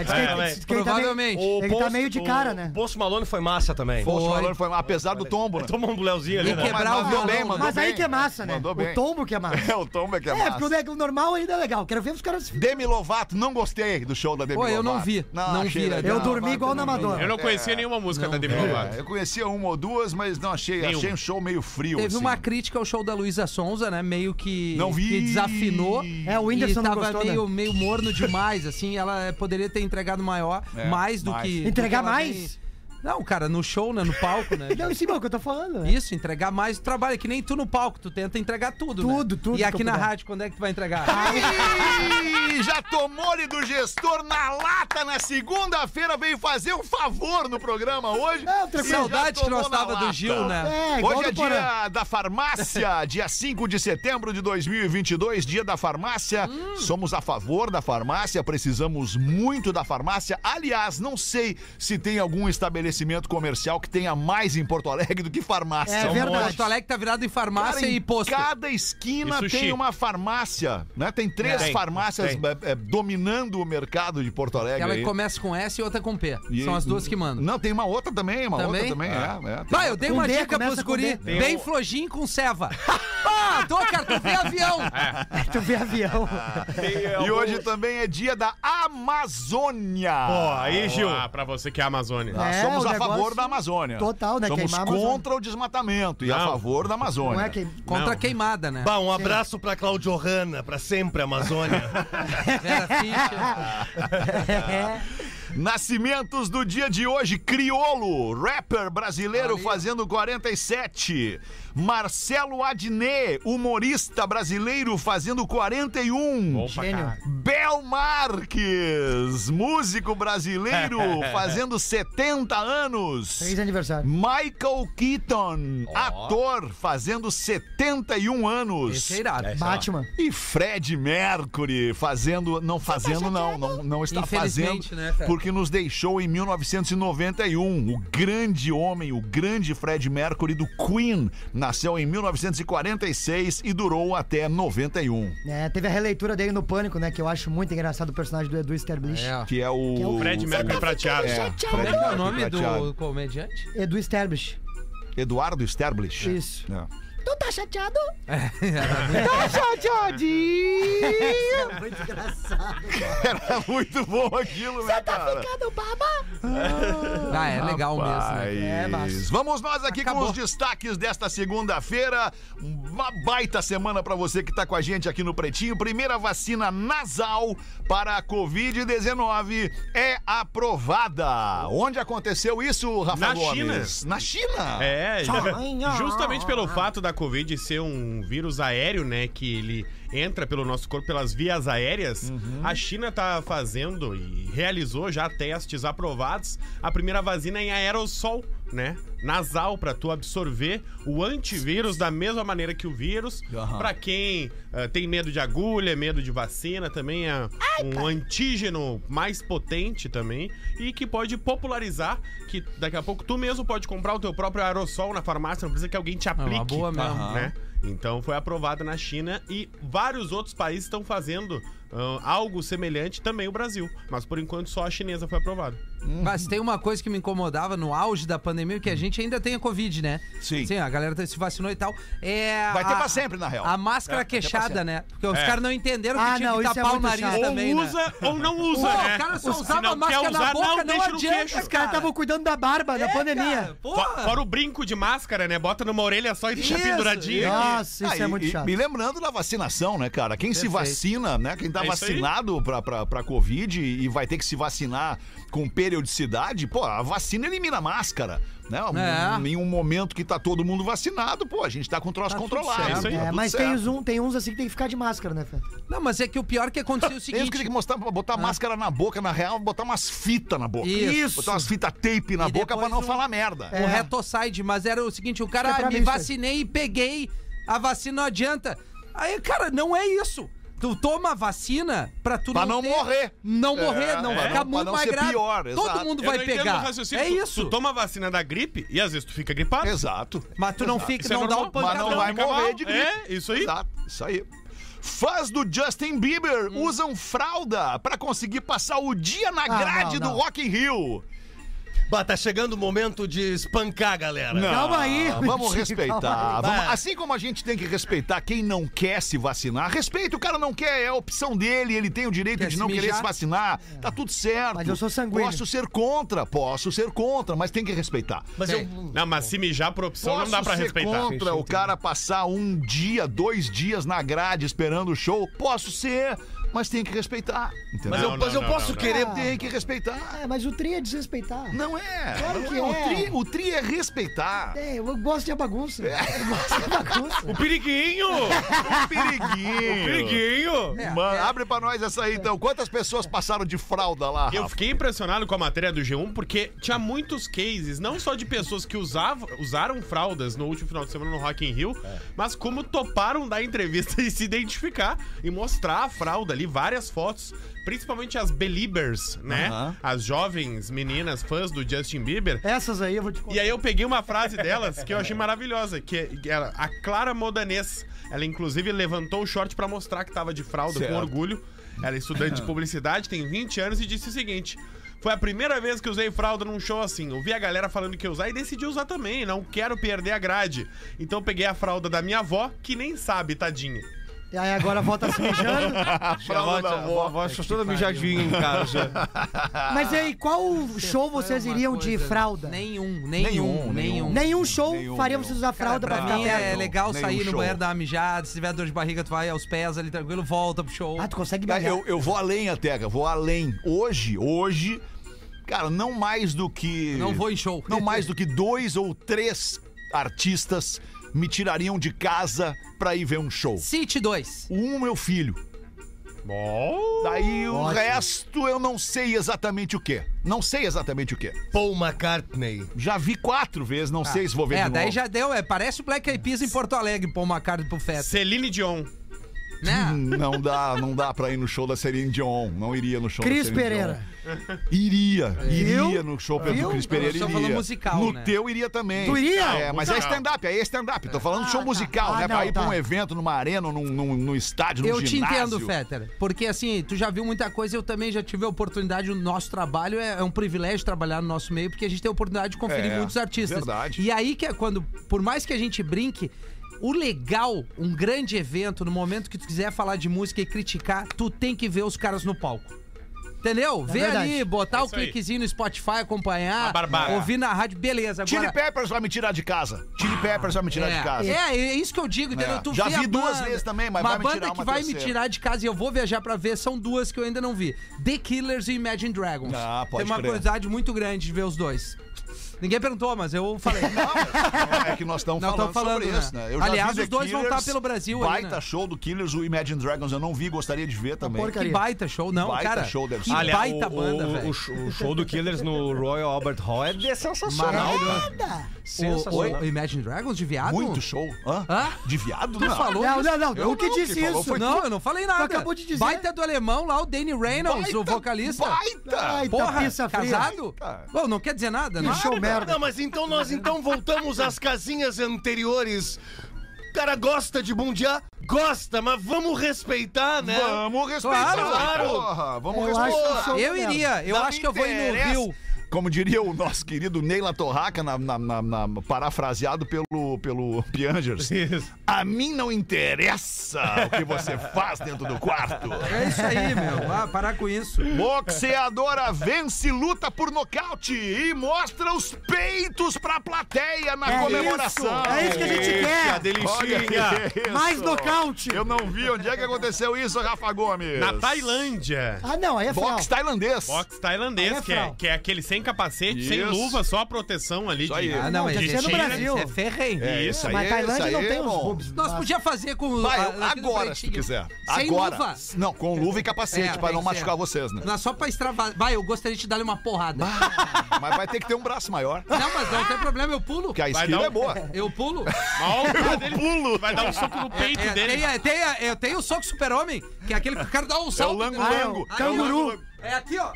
[SPEAKER 5] É, diz que,
[SPEAKER 6] É,
[SPEAKER 5] diz que ele tá meio-
[SPEAKER 3] Provavelmente.
[SPEAKER 6] o
[SPEAKER 5] ele tá meio de cara, né?
[SPEAKER 6] O Post Malone foi massa também.
[SPEAKER 2] Poxa, o
[SPEAKER 3] Foi.
[SPEAKER 2] valor foi apesar do tombo, né?
[SPEAKER 6] Tomou um buléuzinho ali,
[SPEAKER 3] E
[SPEAKER 6] né?
[SPEAKER 3] quebra- Quebrar
[SPEAKER 2] Mas
[SPEAKER 3] o
[SPEAKER 2] mandou
[SPEAKER 3] violão,
[SPEAKER 2] bem,
[SPEAKER 3] né?
[SPEAKER 2] mandou
[SPEAKER 5] Mas aí
[SPEAKER 2] bem.
[SPEAKER 5] que é massa, né?
[SPEAKER 2] Mandou bem.
[SPEAKER 5] O tombo que é massa.
[SPEAKER 2] É, o tombo é que é,
[SPEAKER 5] É, porque o
[SPEAKER 2] massa.
[SPEAKER 5] ne- o normal ainda é legal. Quero ver os caras.
[SPEAKER 2] Demi Lovato, não gostei do show da Demi
[SPEAKER 3] Pô,
[SPEAKER 2] Lovato.
[SPEAKER 3] eu não vi, não
[SPEAKER 2] achei
[SPEAKER 3] vi,
[SPEAKER 2] legal.
[SPEAKER 5] Eu
[SPEAKER 3] Não,
[SPEAKER 5] dormi igual na Madonna.
[SPEAKER 7] Eu não conhecia nenhuma música da Demi
[SPEAKER 2] É,
[SPEAKER 7] Lovato.
[SPEAKER 2] eu conhecia uma ou duas, mas não achei.
[SPEAKER 7] Nenhuma.
[SPEAKER 2] Achei um show meio frio.
[SPEAKER 3] Teve
[SPEAKER 2] assim.
[SPEAKER 3] uma crítica ao show da Luísa Sonza, né? Meio que,
[SPEAKER 2] Não vi.
[SPEAKER 3] que desafinou.
[SPEAKER 5] É, o Whindersson
[SPEAKER 3] e
[SPEAKER 5] não
[SPEAKER 3] tava
[SPEAKER 5] gostou, né?
[SPEAKER 3] meio, meio morno demais, assim. Ela poderia ter entregado maior,
[SPEAKER 2] É,
[SPEAKER 3] mais do
[SPEAKER 2] mais.
[SPEAKER 3] que. do
[SPEAKER 5] Entregar
[SPEAKER 3] que ela
[SPEAKER 5] mais?
[SPEAKER 3] vem- Não, cara, no show, né? No palco, né?
[SPEAKER 5] Não, isso é o que eu tô falando. né?
[SPEAKER 3] Isso, entregar mais o trabalho. É que nem tu no palco, tu tenta entregar tudo. né?
[SPEAKER 5] Tudo, tudo
[SPEAKER 3] E
[SPEAKER 5] que
[SPEAKER 3] aqui
[SPEAKER 5] eu
[SPEAKER 3] na
[SPEAKER 5] puder.
[SPEAKER 3] rádio, quando é que tu vai entregar?
[SPEAKER 2] Ih, Já tomou-lhe do gestor na lata na segunda-feira, veio fazer um favor no programa hoje.
[SPEAKER 5] Não, outra
[SPEAKER 2] E
[SPEAKER 5] coisa.
[SPEAKER 2] já
[SPEAKER 3] Saudade que
[SPEAKER 2] tomou
[SPEAKER 3] nós
[SPEAKER 2] na
[SPEAKER 3] tava do
[SPEAKER 2] lata.
[SPEAKER 3] Gil, né?
[SPEAKER 5] É, igual
[SPEAKER 2] Hoje é
[SPEAKER 5] do Porã.
[SPEAKER 2] dia da farmácia, dia 5 de setembro de 2022, dia da farmácia.
[SPEAKER 3] Hum.
[SPEAKER 2] Somos a favor da farmácia, precisamos muito da farmácia. Aliás, não sei se tem algum estabelecimento comercial que tenha mais em Porto Alegre do que farmácia.
[SPEAKER 5] É
[SPEAKER 2] Um
[SPEAKER 5] verdade.
[SPEAKER 3] Porto Alegre tá virado em
[SPEAKER 2] Cara,
[SPEAKER 3] farmácia
[SPEAKER 2] em
[SPEAKER 3] e posto.
[SPEAKER 2] cada esquina
[SPEAKER 7] E sushi.
[SPEAKER 2] tem uma farmácia, né? Tem três
[SPEAKER 7] Tem,
[SPEAKER 2] farmácias
[SPEAKER 7] tem.
[SPEAKER 2] eh, eh, dominando o mercado de Porto Alegre.
[SPEAKER 3] Ela
[SPEAKER 2] aí.
[SPEAKER 3] que começa com S e outra com P.
[SPEAKER 2] E-
[SPEAKER 3] São as duas que mandam.
[SPEAKER 2] Não, tem uma outra também, uma outra
[SPEAKER 3] Também? Ah.
[SPEAKER 2] também, é, é, tem
[SPEAKER 3] Vai, eu
[SPEAKER 2] outra.
[SPEAKER 3] dei
[SPEAKER 5] Com
[SPEAKER 3] uma
[SPEAKER 5] D,
[SPEAKER 3] dica pros
[SPEAKER 5] começa com
[SPEAKER 3] guri.
[SPEAKER 5] D.
[SPEAKER 6] Tem
[SPEAKER 3] Bem
[SPEAKER 6] um-
[SPEAKER 3] flojinho com ceva. Ah, tô, quero tu ver avião.
[SPEAKER 2] É.
[SPEAKER 5] Tu vê avião.
[SPEAKER 2] E hoje também é dia da Amazônia.
[SPEAKER 6] Pô, aí, Gil.
[SPEAKER 7] Ah, pra você que é a Amazônia.
[SPEAKER 2] Nós
[SPEAKER 5] É,
[SPEAKER 2] somos
[SPEAKER 5] o
[SPEAKER 2] a
[SPEAKER 5] negócio
[SPEAKER 2] favor da Amazônia.
[SPEAKER 5] total, né?
[SPEAKER 2] Somos
[SPEAKER 5] Queimar a Amazônia.
[SPEAKER 2] contra o desmatamento e a
[SPEAKER 7] Não.
[SPEAKER 2] favor da Amazônia.
[SPEAKER 5] Não é quem.
[SPEAKER 3] Contra
[SPEAKER 7] Não.
[SPEAKER 3] a queimada, né?
[SPEAKER 6] Bah, um abraço pra Claudio Hanna, pra sempre Amazônia.
[SPEAKER 3] Vera Fischer.
[SPEAKER 2] Nascimentos do dia de hoje: Criolo, rapper brasileiro fazendo 47. Marcelo Adnet, humorista brasileiro fazendo 41.
[SPEAKER 5] Gênio.
[SPEAKER 2] Bel Marques, músico brasileiro fazendo 70 anos.
[SPEAKER 5] Feliz aniversário.
[SPEAKER 2] Michael Keaton, ator fazendo 71 anos.
[SPEAKER 3] Esse é irado.
[SPEAKER 5] Batman.
[SPEAKER 2] E Fred Mercury fazendo. Não
[SPEAKER 5] tá
[SPEAKER 2] fazendo, não.
[SPEAKER 5] é
[SPEAKER 2] Não, não está fazendo.
[SPEAKER 3] Infelizmente, né, cara?
[SPEAKER 2] porque nos deixou em 1991. O grande homem, o grande Fred Mercury do Queen. Nasceu em 1946 e durou até 91.
[SPEAKER 5] É, teve a releitura dele no Pânico, né? Que eu acho muito engraçado o personagem do Edu Sterblich.
[SPEAKER 3] É.
[SPEAKER 2] Que é o.
[SPEAKER 5] Que é o
[SPEAKER 7] Fred Mercury
[SPEAKER 2] tá
[SPEAKER 7] prateado. É.
[SPEAKER 2] Fred
[SPEAKER 3] Como é que é o
[SPEAKER 2] Mercury
[SPEAKER 3] nome
[SPEAKER 2] prateado.
[SPEAKER 3] do comediante?
[SPEAKER 5] Edu Sterblich.
[SPEAKER 2] Eduardo Sterblich.
[SPEAKER 5] Isso.
[SPEAKER 2] É.
[SPEAKER 5] Tu tá chateado?
[SPEAKER 3] É,
[SPEAKER 5] Tá,
[SPEAKER 2] É. Era muito bom aquilo, né, cara?
[SPEAKER 5] Cadê baba?
[SPEAKER 3] Ah, é legal mesmo, né?
[SPEAKER 5] É, mas-
[SPEAKER 2] Vamos nós aqui
[SPEAKER 3] Acabou.
[SPEAKER 2] com os destaques desta segunda-feira. Uma baita semana pra você que tá com a gente aqui no Pretinho. Primeira vacina nasal para a Covid-19 é aprovada. Onde aconteceu isso, Rafa
[SPEAKER 7] Na
[SPEAKER 2] Gomes? Na China.
[SPEAKER 7] É, justamente pelo fato da Covid ser um vírus aéreo, né? Que ele entra pelo nosso corpo pelas vias aéreas, a China tá fazendo e realizou já testes aprovados. A primeira vacina em aerossol, né? Nasal, pra tu absorver o antivírus da mesma maneira que o vírus.
[SPEAKER 2] Aham.
[SPEAKER 7] Pra quem ah, tem medo de agulha, medo de vacina, também é um antígeno mais potente também e que pode popularizar que daqui a pouco tu mesmo pode comprar o teu próprio aerossol na farmácia, não precisa que alguém te
[SPEAKER 3] É uma
[SPEAKER 7] aplique.
[SPEAKER 3] boa mesmo.
[SPEAKER 7] né? Então foi aprovado na China e vários outros países estão fazendo ah, algo semelhante, também o Brasil. Mas por enquanto só a chinesa foi aprovada. Uhum.
[SPEAKER 3] Mas tem uma coisa que me incomodava no auge da pandemia, que a gente gente ainda tem a Covid, né?
[SPEAKER 2] Sim.
[SPEAKER 3] Sim, a galera tá- se vacinou e tal. É,
[SPEAKER 2] Vai ter
[SPEAKER 3] a-
[SPEAKER 2] pra sempre, na real.
[SPEAKER 3] A
[SPEAKER 7] É,
[SPEAKER 3] máscara queixada, né? Porque os caras não entenderam que
[SPEAKER 5] Ah,
[SPEAKER 3] tinha
[SPEAKER 5] não,
[SPEAKER 3] que
[SPEAKER 5] isso é
[SPEAKER 3] tapar o
[SPEAKER 5] muito
[SPEAKER 3] nariz
[SPEAKER 5] chato.
[SPEAKER 7] Ou
[SPEAKER 3] também, né?
[SPEAKER 7] usa ou não usa,
[SPEAKER 3] Pô,
[SPEAKER 7] né?
[SPEAKER 3] o cara só
[SPEAKER 7] Se
[SPEAKER 3] usava
[SPEAKER 7] não
[SPEAKER 3] máscara
[SPEAKER 7] quer usar,
[SPEAKER 3] na boca, não,
[SPEAKER 7] deixa no
[SPEAKER 3] adianta,
[SPEAKER 7] queixo.
[SPEAKER 5] caras
[SPEAKER 3] cara.
[SPEAKER 5] estavam cuidando da barba na
[SPEAKER 3] É, cara,
[SPEAKER 5] pandemia.
[SPEAKER 7] Fo-
[SPEAKER 3] porra.
[SPEAKER 7] Fora o brinco de máscara, né? Bota numa orelha só e deixa
[SPEAKER 3] Isso,
[SPEAKER 7] penduradinha. aqui.
[SPEAKER 5] Nossa, isso
[SPEAKER 2] Ah,
[SPEAKER 5] é
[SPEAKER 2] e-
[SPEAKER 5] muito
[SPEAKER 2] e
[SPEAKER 5] chato.
[SPEAKER 2] Me lembrando da vacinação, né, cara? Quem se
[SPEAKER 3] Perfeito.
[SPEAKER 2] vacina, né? Quem tá
[SPEAKER 7] É isso aí.
[SPEAKER 2] vacinado pra, pra, pra Covid e vai ter que se vacinar com periodicidade, pô, a vacina elimina a máscara. Né?
[SPEAKER 3] É.
[SPEAKER 2] Em um momento que tá todo mundo vacinado, pô, a gente tá com o troço
[SPEAKER 3] Tá tudo
[SPEAKER 2] controlado.
[SPEAKER 7] certo.
[SPEAKER 2] tá
[SPEAKER 7] É,
[SPEAKER 5] É,
[SPEAKER 2] tudo
[SPEAKER 5] mas tem,
[SPEAKER 2] certo.
[SPEAKER 5] os um, tem uns assim que tem que ficar de máscara, né, Fê?
[SPEAKER 3] Não, mas é que o pior que aconteceu
[SPEAKER 2] Tem
[SPEAKER 3] é o
[SPEAKER 2] uns que tem
[SPEAKER 3] seguinte.
[SPEAKER 2] que mostrar, botar máscara na boca, na real, botar umas fitas na boca.
[SPEAKER 3] Isso.
[SPEAKER 2] Botar umas fitas tape na
[SPEAKER 3] E
[SPEAKER 2] boca pra
[SPEAKER 3] depois
[SPEAKER 2] não
[SPEAKER 3] um-
[SPEAKER 2] falar merda.
[SPEAKER 3] O retocide, mas era o seguinte, o cara,
[SPEAKER 5] É. Isso é pra
[SPEAKER 3] "Ah, me
[SPEAKER 5] mim,
[SPEAKER 3] vacinei e peguei, a vacina não adianta. Aí, cara, não é isso. Tu toma a vacina pra tu
[SPEAKER 2] Pra não
[SPEAKER 3] ter-
[SPEAKER 2] morrer.
[SPEAKER 3] Não
[SPEAKER 2] É,
[SPEAKER 3] morrer, não
[SPEAKER 2] é,
[SPEAKER 3] ficar
[SPEAKER 2] pra
[SPEAKER 3] muito
[SPEAKER 2] não
[SPEAKER 3] mais
[SPEAKER 2] ser
[SPEAKER 3] grave.
[SPEAKER 2] pior, exato.
[SPEAKER 3] Todo mundo
[SPEAKER 7] Eu
[SPEAKER 3] vai
[SPEAKER 7] não entendo o
[SPEAKER 3] pegar.
[SPEAKER 7] raciocínio.
[SPEAKER 3] É
[SPEAKER 7] Tu-
[SPEAKER 3] isso.
[SPEAKER 7] Tu toma a vacina da gripe e às vezes tu fica gripado.
[SPEAKER 2] Exato.
[SPEAKER 3] Mas tu não fica,
[SPEAKER 7] Isso é
[SPEAKER 3] não dá um
[SPEAKER 7] normal.
[SPEAKER 3] o
[SPEAKER 2] Mas
[SPEAKER 3] pancadão.
[SPEAKER 2] não vai
[SPEAKER 7] fica mal.
[SPEAKER 2] morrer de gripe.
[SPEAKER 7] É, isso aí.
[SPEAKER 2] Exato, isso aí. Hum. Fãs do Justin Bieber usam fralda pra conseguir passar o dia na grade
[SPEAKER 5] não,
[SPEAKER 2] do
[SPEAKER 5] não.
[SPEAKER 2] Rock in Rio.
[SPEAKER 4] Bah, tá chegando o momento de espancar, galera.
[SPEAKER 5] Calma aí,
[SPEAKER 2] Ah, Vamos
[SPEAKER 5] Rodrigo, calma
[SPEAKER 2] respeitar.
[SPEAKER 4] aí.
[SPEAKER 2] Vamos-
[SPEAKER 4] Vai.
[SPEAKER 2] assim como a gente tem que respeitar quem não quer se vacinar, respeita, o cara não quer, é a opção dele, ele tem o direito
[SPEAKER 3] Quer
[SPEAKER 2] de
[SPEAKER 3] se
[SPEAKER 2] não querer
[SPEAKER 3] mijar?
[SPEAKER 2] se vacinar. Tá tudo certo.
[SPEAKER 5] Mas eu sou sanguíneo.
[SPEAKER 2] Posso ser contra, posso ser contra, mas tem que respeitar.
[SPEAKER 4] Mas eu.
[SPEAKER 7] Não, mas se mijar por opção não dá pra
[SPEAKER 2] ser
[SPEAKER 7] respeitar.
[SPEAKER 2] contra o cara passar um dia, dois dias na grade esperando o show? Posso ser, mas tem que respeitar. Entendeu? Ah.
[SPEAKER 4] Mas
[SPEAKER 7] Não,
[SPEAKER 4] eu, mas eu
[SPEAKER 7] não,
[SPEAKER 4] posso
[SPEAKER 7] não, não.
[SPEAKER 4] querer.
[SPEAKER 2] Tem que respeitar.
[SPEAKER 5] É, mas o tri é desrespeitar.
[SPEAKER 2] Não é.
[SPEAKER 5] Claro que
[SPEAKER 2] Não O,
[SPEAKER 5] é.
[SPEAKER 2] tri, o tri é respeitar.
[SPEAKER 5] É, eu gosto de bagunça. Eu gosto de bagunça.
[SPEAKER 7] O periguinho!
[SPEAKER 2] Periguinho.
[SPEAKER 7] periguinho!
[SPEAKER 4] É.
[SPEAKER 2] Mano, abre pra nós essa aí, então. Quantas pessoas passaram de fralda lá,
[SPEAKER 7] Eu
[SPEAKER 2] Rafa?
[SPEAKER 7] fiquei impressionado com a matéria do G1 porque tinha muitos cases, não só de pessoas que usavam, usaram fraldas no último final de semana no Rock in Rio, mas como toparam dar entrevista e se identificar e mostrar a fralda ali, várias fotos, principalmente as Beliebers, né?
[SPEAKER 2] Aham.
[SPEAKER 7] As jovens meninas fãs do Justin Bieber.
[SPEAKER 5] Essas aí eu vou te
[SPEAKER 7] E
[SPEAKER 5] contar.
[SPEAKER 7] aí eu peguei uma frase delas que eu achei maravilhosa, que é- que era a Clara Modanês. Ela inclusive levantou o short pra mostrar que tava de fralda
[SPEAKER 2] Certo.
[SPEAKER 7] com orgulho. Ela é estudante de publicidade, tem 20 anos e disse o seguinte: foi a primeira vez que usei fralda num show assim. Ouvi a galera falando que ia usar e decidi usar também. Não quero perder a grade. Então peguei a fralda da minha avó, que nem sabe, tadinha.
[SPEAKER 5] E aí agora a vó tá se mijando.
[SPEAKER 4] A fralda da avó. A avó achou toda mijadinha em casa.
[SPEAKER 5] Mas e aí, qual
[SPEAKER 2] Ah,
[SPEAKER 5] show
[SPEAKER 2] é
[SPEAKER 5] vocês
[SPEAKER 3] Foi uma
[SPEAKER 5] iriam de
[SPEAKER 3] coisa-
[SPEAKER 5] fralda?
[SPEAKER 3] Nenhum, nenhum, nenhum.
[SPEAKER 5] Nenhum show
[SPEAKER 2] Nenhum,
[SPEAKER 5] faria
[SPEAKER 2] nenhum.
[SPEAKER 5] vocês usar
[SPEAKER 3] Cara,
[SPEAKER 5] fralda pra
[SPEAKER 3] pra
[SPEAKER 5] ficar
[SPEAKER 3] mim é
[SPEAKER 5] perto.
[SPEAKER 3] legal
[SPEAKER 2] Nenhum
[SPEAKER 3] sair no
[SPEAKER 2] show.
[SPEAKER 3] banheiro dar uma mijada, se tiver dor de barriga, tu vai aos pés ali tranquilo, volta pro show.
[SPEAKER 5] Ah, tu consegue
[SPEAKER 2] Cara,
[SPEAKER 5] mijar?
[SPEAKER 2] é Eu, eu vou além até, cara, vou além. Hoje, hoje, cara, não mais do que.
[SPEAKER 3] Não vou em show.
[SPEAKER 2] Não mais do que dois ou três artistas me tirariam de casa pra ir ver um show.
[SPEAKER 3] City 2.
[SPEAKER 2] Um, meu filho.
[SPEAKER 7] Bom.
[SPEAKER 2] Daí o resto eu não sei exatamente o que. Não sei exatamente o que.
[SPEAKER 4] Paul McCartney.
[SPEAKER 2] Já vi quatro vezes, não sei se vou ver
[SPEAKER 3] É,
[SPEAKER 2] de
[SPEAKER 3] daí
[SPEAKER 2] novo.
[SPEAKER 3] já deu, é, parece o Black Eyed Peas em Porto Alegre, pôr uma cara pro feto,
[SPEAKER 7] Celine Dion.
[SPEAKER 3] né?
[SPEAKER 2] Hum, Não dá, não dá pra ir no show da Celine Dion. Não iria no show da
[SPEAKER 5] Cris
[SPEAKER 2] Celine
[SPEAKER 5] Pereira.
[SPEAKER 2] Dion. Iria. Iria
[SPEAKER 5] Viu?
[SPEAKER 2] no show pelo
[SPEAKER 5] Viu?
[SPEAKER 2] Cris Pereira.
[SPEAKER 3] Eu É. tô
[SPEAKER 2] Iria.
[SPEAKER 3] falando musical,
[SPEAKER 2] no
[SPEAKER 3] né?
[SPEAKER 2] teu iria também.
[SPEAKER 5] Tu iria?
[SPEAKER 2] É, mas é stand-up, aí é stand-up. Tô falando de show
[SPEAKER 5] tá.
[SPEAKER 2] musical,
[SPEAKER 5] Ah,
[SPEAKER 2] né? pra
[SPEAKER 5] não,
[SPEAKER 2] ir pra um
[SPEAKER 5] tá.
[SPEAKER 2] evento, numa arena, num, num, num estádio, num
[SPEAKER 3] Eu te
[SPEAKER 2] ginásio.
[SPEAKER 3] entendo, Fetter, porque assim, tu já viu muita coisa, eu também já tive a oportunidade, o nosso trabalho é, é um privilégio trabalhar no nosso meio, porque a gente tem a oportunidade de conferir
[SPEAKER 2] É,
[SPEAKER 3] muitos artistas.
[SPEAKER 2] verdade.
[SPEAKER 3] E aí que é quando, por mais que a gente brinque, o legal, um grande evento, no momento que tu quiser falar de música e criticar, tu tem que ver os caras no palco. Entendeu? Vê
[SPEAKER 5] verdade.
[SPEAKER 3] ali, botar o
[SPEAKER 7] É isso aí.
[SPEAKER 3] cliquezinho no Spotify, acompanhar,
[SPEAKER 7] A barbada.
[SPEAKER 3] ouvir na rádio, beleza.
[SPEAKER 2] Chili
[SPEAKER 3] Agora,
[SPEAKER 2] Peppers vai me tirar de casa. Chili Peppers vai me tirar
[SPEAKER 3] é,
[SPEAKER 2] de casa.
[SPEAKER 3] É, é isso que eu digo, entendeu?
[SPEAKER 2] É.
[SPEAKER 3] Tu
[SPEAKER 2] Já
[SPEAKER 3] vê
[SPEAKER 2] vi
[SPEAKER 3] a
[SPEAKER 2] duas
[SPEAKER 3] banda,
[SPEAKER 2] vezes também, mas
[SPEAKER 3] uma
[SPEAKER 2] vai me
[SPEAKER 3] banda
[SPEAKER 2] tirar
[SPEAKER 3] que
[SPEAKER 2] uma
[SPEAKER 3] vai me
[SPEAKER 2] terceira.
[SPEAKER 3] tirar de casa e eu vou viajar pra ver são duas que eu ainda não vi: The Killers e Imagine Dragons.
[SPEAKER 2] Ah, pode
[SPEAKER 3] Tem uma
[SPEAKER 2] crer.
[SPEAKER 3] curiosidade muito grande de ver os dois. Ninguém perguntou, mas eu falei.
[SPEAKER 2] É que nós estamos
[SPEAKER 3] Não,
[SPEAKER 2] falando,
[SPEAKER 3] tão falando,
[SPEAKER 2] sobre
[SPEAKER 3] né?
[SPEAKER 2] isso, né? já
[SPEAKER 3] Aliás,
[SPEAKER 2] vi The
[SPEAKER 3] os dois vão
[SPEAKER 2] Killers,
[SPEAKER 3] tá pelo Brasil aí,
[SPEAKER 2] Baita
[SPEAKER 3] né? Tá
[SPEAKER 2] show do Killers, o Imagine Dragons eu não vi, gostaria de ver também.
[SPEAKER 5] porcaria.
[SPEAKER 3] que baita show, não,
[SPEAKER 2] Baita
[SPEAKER 3] cara.
[SPEAKER 2] show deve
[SPEAKER 3] que
[SPEAKER 2] ser.
[SPEAKER 3] baita
[SPEAKER 2] Aliás,
[SPEAKER 4] o,
[SPEAKER 3] banda,
[SPEAKER 4] o-
[SPEAKER 3] velho.
[SPEAKER 4] o sh- o show do Killers no Royal Albert Hall é de sensacional. cara.
[SPEAKER 3] O,
[SPEAKER 4] Sensacional.
[SPEAKER 3] o Imagine Dragons de viado?
[SPEAKER 2] Muito show. Hã?
[SPEAKER 3] Hã?
[SPEAKER 2] De viado?
[SPEAKER 3] Tu falou
[SPEAKER 5] Não,
[SPEAKER 3] isso?
[SPEAKER 5] não, não.
[SPEAKER 2] Eu
[SPEAKER 5] Tu que
[SPEAKER 2] não,
[SPEAKER 5] disse
[SPEAKER 2] quem falou
[SPEAKER 5] isso?
[SPEAKER 2] foi
[SPEAKER 3] Não, eu não falei nada.
[SPEAKER 5] acabou de dizer.
[SPEAKER 3] Baita do alemão lá, o Danny Reynolds, o vocalista.
[SPEAKER 2] Baita!
[SPEAKER 5] Ai,
[SPEAKER 3] Porra,
[SPEAKER 5] pizza fria.
[SPEAKER 3] casado?
[SPEAKER 2] Baita.
[SPEAKER 3] Bom, não quer dizer nada, né?
[SPEAKER 5] Que show merda.
[SPEAKER 4] Não, mas então nós então voltamos às casinhas anteriores. O cara gosta de bundiar? Gosta, mas vamos respeitar, né?
[SPEAKER 2] Vamos respeitar.
[SPEAKER 3] Claro.
[SPEAKER 2] Porra, vamos
[SPEAKER 5] Eu
[SPEAKER 2] respeitar.
[SPEAKER 5] acho que o show
[SPEAKER 3] Eu
[SPEAKER 5] merda.
[SPEAKER 3] iria, eu
[SPEAKER 2] Não
[SPEAKER 3] acho que eu vou ir no
[SPEAKER 2] interessa.
[SPEAKER 3] Rio.
[SPEAKER 2] Como diria o nosso querido Neila Torraca, na- na- na- na- parafraseado pelo, pelo Piangers.
[SPEAKER 7] Isso.
[SPEAKER 2] A mim não interessa o que você faz dentro do quarto.
[SPEAKER 3] É isso aí, meu. Ah, parar com isso.
[SPEAKER 2] Boxeadora vence luta por nocaute e mostra os peitos pra plateia na
[SPEAKER 8] É
[SPEAKER 2] comemoração.
[SPEAKER 8] isso, é isso que a gente
[SPEAKER 7] Eita,
[SPEAKER 8] quer.
[SPEAKER 2] Olha que
[SPEAKER 7] delicinha.
[SPEAKER 2] isso.
[SPEAKER 8] Mais nocaute.
[SPEAKER 2] Eu não vi onde é que aconteceu isso, Rafa Gomes.
[SPEAKER 7] Na Tailândia.
[SPEAKER 5] Ah, não, aí é
[SPEAKER 2] Box
[SPEAKER 8] assim,
[SPEAKER 5] frau.
[SPEAKER 2] tailandês.
[SPEAKER 7] Box tailandês,
[SPEAKER 5] Aí é
[SPEAKER 7] que, é,
[SPEAKER 5] frau.
[SPEAKER 7] que é aquele sem capacete, sem
[SPEAKER 2] Isso.
[SPEAKER 7] luva, só a proteção ali
[SPEAKER 2] Isso
[SPEAKER 7] de.
[SPEAKER 2] aí.
[SPEAKER 3] Ah,
[SPEAKER 5] não,
[SPEAKER 3] mas
[SPEAKER 5] tem que ser no
[SPEAKER 3] isso-
[SPEAKER 5] Brasil.
[SPEAKER 3] Isso é ferrenho.
[SPEAKER 2] É isso aí.
[SPEAKER 5] Mas Tailândia
[SPEAKER 2] isso aí, é
[SPEAKER 5] não tem os
[SPEAKER 2] bom.
[SPEAKER 5] bobs.
[SPEAKER 3] Nós podíamos fazer com...
[SPEAKER 2] Vai, eu-
[SPEAKER 3] a- aqui no
[SPEAKER 2] agora, se tu
[SPEAKER 3] pretinho.
[SPEAKER 2] quiser.
[SPEAKER 3] Sem
[SPEAKER 2] agora.
[SPEAKER 3] luva.
[SPEAKER 2] Não, com luva e capacete,
[SPEAKER 3] É,
[SPEAKER 2] pra
[SPEAKER 3] tem
[SPEAKER 2] não
[SPEAKER 3] que
[SPEAKER 2] machucar
[SPEAKER 3] ser.
[SPEAKER 2] vocês, né?
[SPEAKER 3] Não, só pra extravasar. Vai, eu gostaria de te dar uma porrada.
[SPEAKER 2] Mas vai ter que ter um braço maior.
[SPEAKER 3] Não, mas não tem problema, eu pulo.
[SPEAKER 2] Porque a
[SPEAKER 7] Vai
[SPEAKER 2] esquina
[SPEAKER 7] dar um-
[SPEAKER 2] é boa.
[SPEAKER 3] Eu pulo.
[SPEAKER 7] Mas olha o cara dele. Vai dar um soco no peito
[SPEAKER 3] É,
[SPEAKER 7] dele.
[SPEAKER 3] tem, a- tem a- eu tenho o soco super-homem, que é aquele que o cara dá um
[SPEAKER 2] É o
[SPEAKER 3] salto. entendeu?
[SPEAKER 2] lango-lango.
[SPEAKER 3] Ah,
[SPEAKER 5] Canguru.
[SPEAKER 3] É aqui, ó.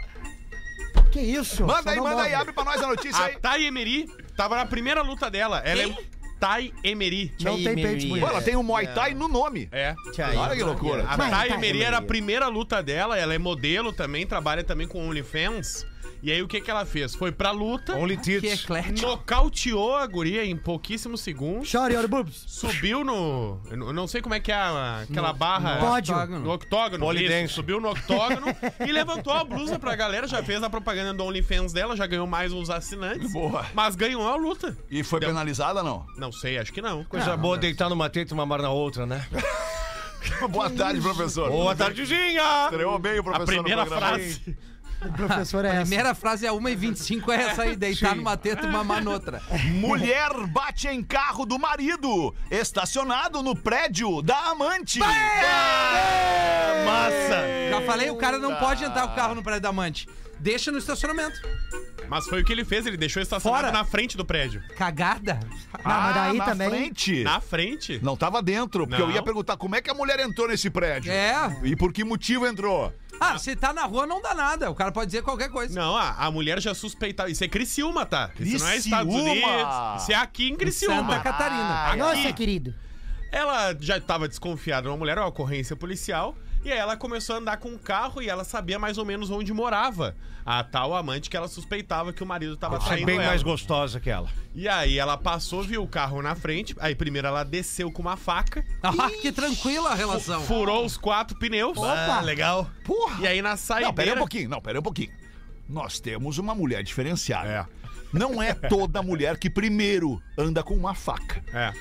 [SPEAKER 5] Que isso?
[SPEAKER 2] Manda
[SPEAKER 5] Só
[SPEAKER 2] aí,
[SPEAKER 5] não
[SPEAKER 2] manda
[SPEAKER 5] move.
[SPEAKER 2] aí, abre pra nós a notícia aí.
[SPEAKER 7] A Thay Emery tava na primeira luta dela. Ela
[SPEAKER 3] Quem?
[SPEAKER 7] é Thay Emery.
[SPEAKER 5] Não tem peito,
[SPEAKER 2] Pô,
[SPEAKER 5] mulher.
[SPEAKER 2] ela tem um Muay Thai no nome.
[SPEAKER 7] Ah, É.
[SPEAKER 2] Olha que
[SPEAKER 4] né?
[SPEAKER 2] loucura.
[SPEAKER 7] A
[SPEAKER 4] Ah,
[SPEAKER 5] Vai,
[SPEAKER 7] Thay
[SPEAKER 5] Thay
[SPEAKER 7] Emery era a primeira luta dela, ela é modelo também, trabalha também com OnlyFans. E aí o que que ela fez? Foi pra luta,
[SPEAKER 6] Only
[SPEAKER 3] Que é
[SPEAKER 6] tits.
[SPEAKER 3] eclético.
[SPEAKER 7] nocauteou a guria em pouquíssimos segundos,
[SPEAKER 5] Shout your boobs.
[SPEAKER 7] subiu no... Eu não- eu não sei como é que é a- aquela barra...
[SPEAKER 5] Pódio.
[SPEAKER 7] No octógono,
[SPEAKER 6] Polidense.
[SPEAKER 7] isso, subiu no octógono e levantou a blusa pra galera, já fez a propaganda do OnlyFans dela, já ganhou mais uns assinantes,
[SPEAKER 2] Boa.
[SPEAKER 7] mas ganhou a luta.
[SPEAKER 2] E foi
[SPEAKER 7] Deu-
[SPEAKER 2] penalizada, não?
[SPEAKER 7] Não sei, acho que não.
[SPEAKER 6] Coisa boa deitar numa teta e mamar na outra, né?
[SPEAKER 2] Boa tarde, professor.
[SPEAKER 6] Boa tardezinha!
[SPEAKER 2] Estreou bem o professor
[SPEAKER 7] A
[SPEAKER 2] no
[SPEAKER 7] primeira
[SPEAKER 2] programa.
[SPEAKER 7] frase.
[SPEAKER 5] O professor é essa.
[SPEAKER 3] Primeira frase é 1h25, é essa aí, deitar numa teta e mamar noutra.
[SPEAKER 2] Mulher bate em carro do marido, estacionado no prédio da amante. É. Ah,
[SPEAKER 6] Massa!
[SPEAKER 3] Já falei, o cara
[SPEAKER 2] Tá.
[SPEAKER 3] não pode entrar com o carro no prédio da amante. Deixa no estacionamento.
[SPEAKER 7] Mas foi o que ele fez, ele deixou estacionado
[SPEAKER 3] Fora.
[SPEAKER 7] na frente do prédio.
[SPEAKER 3] Cagada.
[SPEAKER 5] Não, mas daí
[SPEAKER 2] ah, na
[SPEAKER 5] também-
[SPEAKER 2] frente.
[SPEAKER 7] Na frente?
[SPEAKER 2] Não tava dentro, porque
[SPEAKER 7] Não.
[SPEAKER 2] eu ia perguntar como é que a mulher entrou nesse prédio.
[SPEAKER 3] É.
[SPEAKER 2] E por que motivo entrou?
[SPEAKER 3] Ah, se tá na rua não dá nada. O cara pode dizer qualquer coisa.
[SPEAKER 7] Não, a, a mulher já suspeitava. Isso é Criciúma, tá? Isso não é Estados
[SPEAKER 2] Criciúma!
[SPEAKER 7] Unidos. Isso é aqui em Criciúma.
[SPEAKER 3] Santa Catarina.
[SPEAKER 2] Ah, é
[SPEAKER 7] Aqui,
[SPEAKER 5] Nossa, querido.
[SPEAKER 7] ela já estava desconfiada. Uma mulher, uma ocorrência policial. E aí ela começou a andar com o carro e ela sabia mais ou menos onde morava. A tal amante que ela suspeitava que o marido estava
[SPEAKER 6] É
[SPEAKER 7] traindo
[SPEAKER 6] bem
[SPEAKER 7] ela.
[SPEAKER 6] mais gostosa que ela.
[SPEAKER 7] E aí ela passou, viu o carro na frente. Aí primeiro ela desceu com uma faca,
[SPEAKER 3] Ah, que tranquila a relação.
[SPEAKER 7] furou os quatro pneus.
[SPEAKER 6] Ah, legal.
[SPEAKER 2] Porra!
[SPEAKER 7] E aí na
[SPEAKER 2] Não, pera
[SPEAKER 7] saideira...
[SPEAKER 2] um pouquinho, não, pera um pouquinho. Nós temos uma mulher diferenciada. Não é toda mulher que primeiro anda com uma faca.
[SPEAKER 7] É.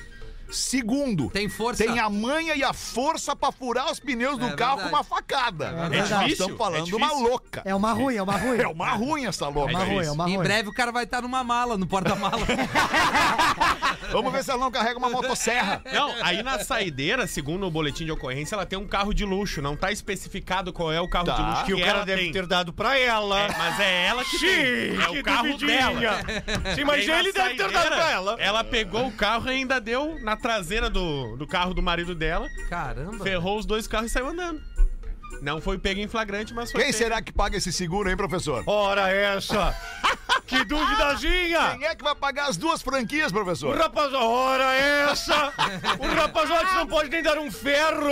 [SPEAKER 2] Segundo,
[SPEAKER 3] Tem força.
[SPEAKER 2] tem a manha e a força pra furar os pneus do
[SPEAKER 3] É
[SPEAKER 2] carro
[SPEAKER 3] verdade.
[SPEAKER 2] com uma facada.
[SPEAKER 5] É
[SPEAKER 2] Nós
[SPEAKER 7] difícil,
[SPEAKER 2] Estamos
[SPEAKER 7] é
[SPEAKER 2] falando de uma
[SPEAKER 7] difícil.
[SPEAKER 2] louca.
[SPEAKER 5] É uma ruim, é uma ruim.
[SPEAKER 2] É uma ruim essa louca.
[SPEAKER 5] uma ruim, é
[SPEAKER 7] difícil.
[SPEAKER 5] uma ruim.
[SPEAKER 3] Em breve o cara vai estar numa mala, no porta-mala.
[SPEAKER 2] Vamos ver se ela não carrega uma motosserra.
[SPEAKER 7] Não, aí na saideira, segundo o boletim de ocorrência, ela tem um carro de luxo. Não tá especificado qual é o carro
[SPEAKER 2] Tá.
[SPEAKER 7] de luxo
[SPEAKER 6] Que o cara
[SPEAKER 7] ela
[SPEAKER 6] deve
[SPEAKER 7] tem.
[SPEAKER 6] ter dado pra ela.
[SPEAKER 7] É, mas é ela que tem. É o carro dela.
[SPEAKER 6] Sim, mas
[SPEAKER 7] E aí,
[SPEAKER 6] ele
[SPEAKER 7] na
[SPEAKER 6] deve ter dado
[SPEAKER 7] saideira,
[SPEAKER 6] pra ela.
[SPEAKER 7] Ela pegou o carro e ainda deu na traseira do, do carro do marido dela,
[SPEAKER 3] Caramba.
[SPEAKER 7] ferrou os dois carros e saiu andando. Não foi pego em flagrante, mas foi.
[SPEAKER 2] Quem
[SPEAKER 7] pego.
[SPEAKER 2] será que paga esse seguro, hein, professor?
[SPEAKER 6] Ora é essa! que duvidazinha!
[SPEAKER 2] Quem é que vai pagar as duas franquias,
[SPEAKER 6] O
[SPEAKER 2] professor?
[SPEAKER 6] rapaz, ora essa! O rapazote não pode nem dar um ferro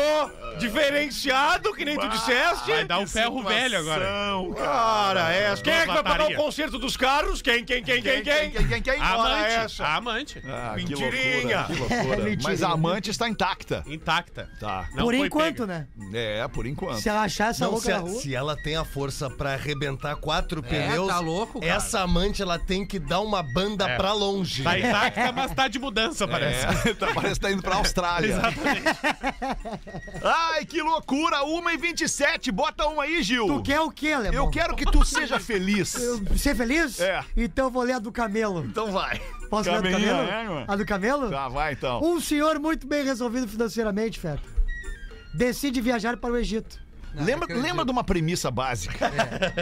[SPEAKER 6] diferenciado, que nem tu disseste.
[SPEAKER 7] Vai dar o ferro velho agora.
[SPEAKER 6] Ora essa! Quem é que vai pagar o
[SPEAKER 7] Lataria.
[SPEAKER 6] conserto dos carros? Quem, quem, quem, quem, quem?
[SPEAKER 2] quem, quem?
[SPEAKER 7] A
[SPEAKER 6] Ora
[SPEAKER 7] amante.
[SPEAKER 6] essa.
[SPEAKER 7] A amante.
[SPEAKER 2] Ah, que
[SPEAKER 6] Mentirinha.
[SPEAKER 2] loucura, que loucura. Mas a amante está intacta.
[SPEAKER 7] Intacta.
[SPEAKER 2] Tá.
[SPEAKER 7] Não
[SPEAKER 5] Por
[SPEAKER 7] foi
[SPEAKER 5] enquanto,
[SPEAKER 7] pega.
[SPEAKER 5] né?
[SPEAKER 2] É, por enquanto.
[SPEAKER 5] Se ela achar essa
[SPEAKER 4] Não,
[SPEAKER 5] louca
[SPEAKER 4] Então, se,
[SPEAKER 5] Tá na
[SPEAKER 4] a-
[SPEAKER 5] rua.
[SPEAKER 4] se ela tem a força pra arrebentar quatro pneus,
[SPEAKER 3] tá louco, cara.
[SPEAKER 4] essa amante ela tem que dar uma banda
[SPEAKER 7] É.
[SPEAKER 4] pra longe.
[SPEAKER 7] Tá intacta, mas tá de mudança, parece.
[SPEAKER 2] É, tá- parece que tá indo pra Austrália. Ai, que loucura! 1h27, bota uma aí, Gil.
[SPEAKER 5] Tu quer o quê, Lemão?
[SPEAKER 2] Eu quero que tu seja feliz.
[SPEAKER 5] Ser feliz?
[SPEAKER 2] É.
[SPEAKER 5] Então vou ler a do Camelo.
[SPEAKER 2] Então vai.
[SPEAKER 5] Posso ler a do
[SPEAKER 2] Camelinha,
[SPEAKER 5] Camelo?
[SPEAKER 2] né, irmão?
[SPEAKER 5] a do Camelo?
[SPEAKER 2] Tá, vai então.
[SPEAKER 5] Um senhor muito bem resolvido financeiramente, Feto. Decide viajar para o Egito.
[SPEAKER 2] Lembra, lembra de uma premissa básica.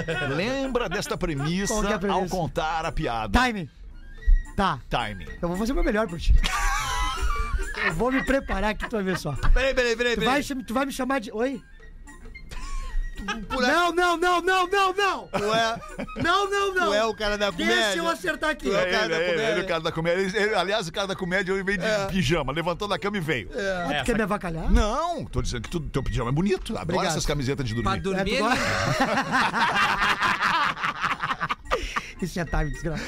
[SPEAKER 2] É. Lembra desta premissa,
[SPEAKER 5] Qual que é a
[SPEAKER 2] ao
[SPEAKER 5] premissa?
[SPEAKER 2] contar a piada.
[SPEAKER 5] Time. Tá.
[SPEAKER 2] Time.
[SPEAKER 5] Eu vou fazer o meu melhor por ti. Eu vou me preparar aqui, tu vai ver só.
[SPEAKER 4] Peraí, peraí, peraí,
[SPEAKER 5] Tu
[SPEAKER 4] peraí.
[SPEAKER 5] vai, cham- tu vai me chamar de. Oi? Não, não, não, não, não, não!
[SPEAKER 4] é- Tu, é,
[SPEAKER 5] Não, não, não!
[SPEAKER 4] tu é o cara da
[SPEAKER 5] Deixa eu
[SPEAKER 4] comédia.
[SPEAKER 5] acertar aqui. Ah,
[SPEAKER 4] É
[SPEAKER 2] Ele,
[SPEAKER 4] cara da
[SPEAKER 2] ele,
[SPEAKER 4] comédia.
[SPEAKER 2] ele, o cara da comédia. Ele- ele- aliás, o cara da comédia ele veio de pijama, levantou da cama e veio.
[SPEAKER 5] Ah, tu quer me avacalhar?
[SPEAKER 2] Não, tô dizendo que tu, teu pijama é bonito. Adoro
[SPEAKER 5] Obrigado.
[SPEAKER 2] essas camisetas de
[SPEAKER 3] Pra
[SPEAKER 2] dormir.
[SPEAKER 5] É,
[SPEAKER 3] dormir,
[SPEAKER 5] tu gosta? Isso tinha time, desgraça.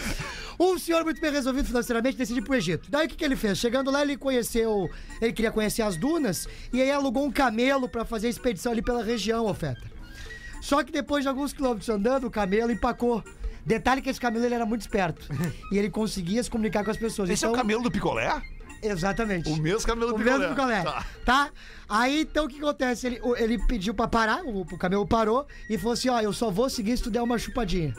[SPEAKER 5] Um senhor muito bem resolvido financeiramente decide ir pro Egito. Daí o que, que ele fez? Chegando lá, ele conheceu. Ele queria conhecer as dunas e aí alugou um camelo pra fazer a expedição ali pela região, oferta. Só que depois de alguns quilômetros andando, o camelo empacou. Detalhe que esse camelo ele era muito esperto. e ele conseguia se comunicar com as pessoas.
[SPEAKER 2] Esse é
[SPEAKER 5] Então,
[SPEAKER 2] o camelo do picolé?
[SPEAKER 5] Exatamente.
[SPEAKER 2] O mesmo camelo
[SPEAKER 5] O
[SPEAKER 2] picolé.
[SPEAKER 7] é.
[SPEAKER 5] mesmo picolé.
[SPEAKER 2] Tá.
[SPEAKER 5] Tá. Aí então o que acontece? Ele, o- ele pediu pra parar, o, o camelo parou e falou assim: ó, eu só vou seguir se tu der uma chupadinha.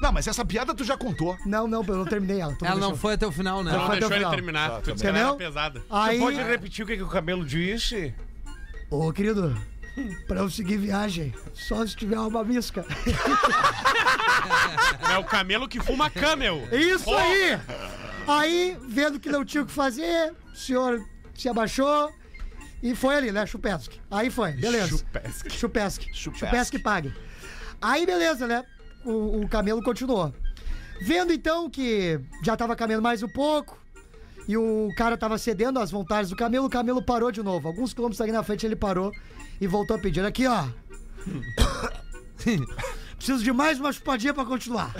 [SPEAKER 2] Não, mas essa piada tu já contou.
[SPEAKER 5] Não, não, eu não terminei ela. tu
[SPEAKER 3] Ela não
[SPEAKER 5] deixou.
[SPEAKER 3] foi até o final, né?
[SPEAKER 7] Não,
[SPEAKER 2] Tá,
[SPEAKER 5] foi até
[SPEAKER 7] deixou
[SPEAKER 5] o
[SPEAKER 7] ele
[SPEAKER 5] final.
[SPEAKER 7] terminar. Tu disse que ela
[SPEAKER 5] Entendeu?
[SPEAKER 7] era pesada.
[SPEAKER 5] Aí,
[SPEAKER 6] Pode repetir o que, que o cabelo disse?
[SPEAKER 5] ô querido, pra eu seguir viagem, só se tiver uma babisca.
[SPEAKER 7] É o camelo que fuma camel.
[SPEAKER 5] Isso aí! Aí, vendo que não tinha o que fazer, o senhor se abaixou e foi ali, né? Chupesque. Aí foi, beleza.
[SPEAKER 7] Chupesque.
[SPEAKER 5] Chupesque.
[SPEAKER 2] Chupesque.
[SPEAKER 5] Chupesque pague. Aí, beleza, né? O, o camelo continuou. Vendo então que já tava caminhando mais um pouco e o cara tava cedendo às vontades do camelo, o camelo parou de novo. Alguns quilômetros aqui na frente ele parou e voltou a pedir. Aqui, ó. Preciso de mais uma chupadinha pra continuar.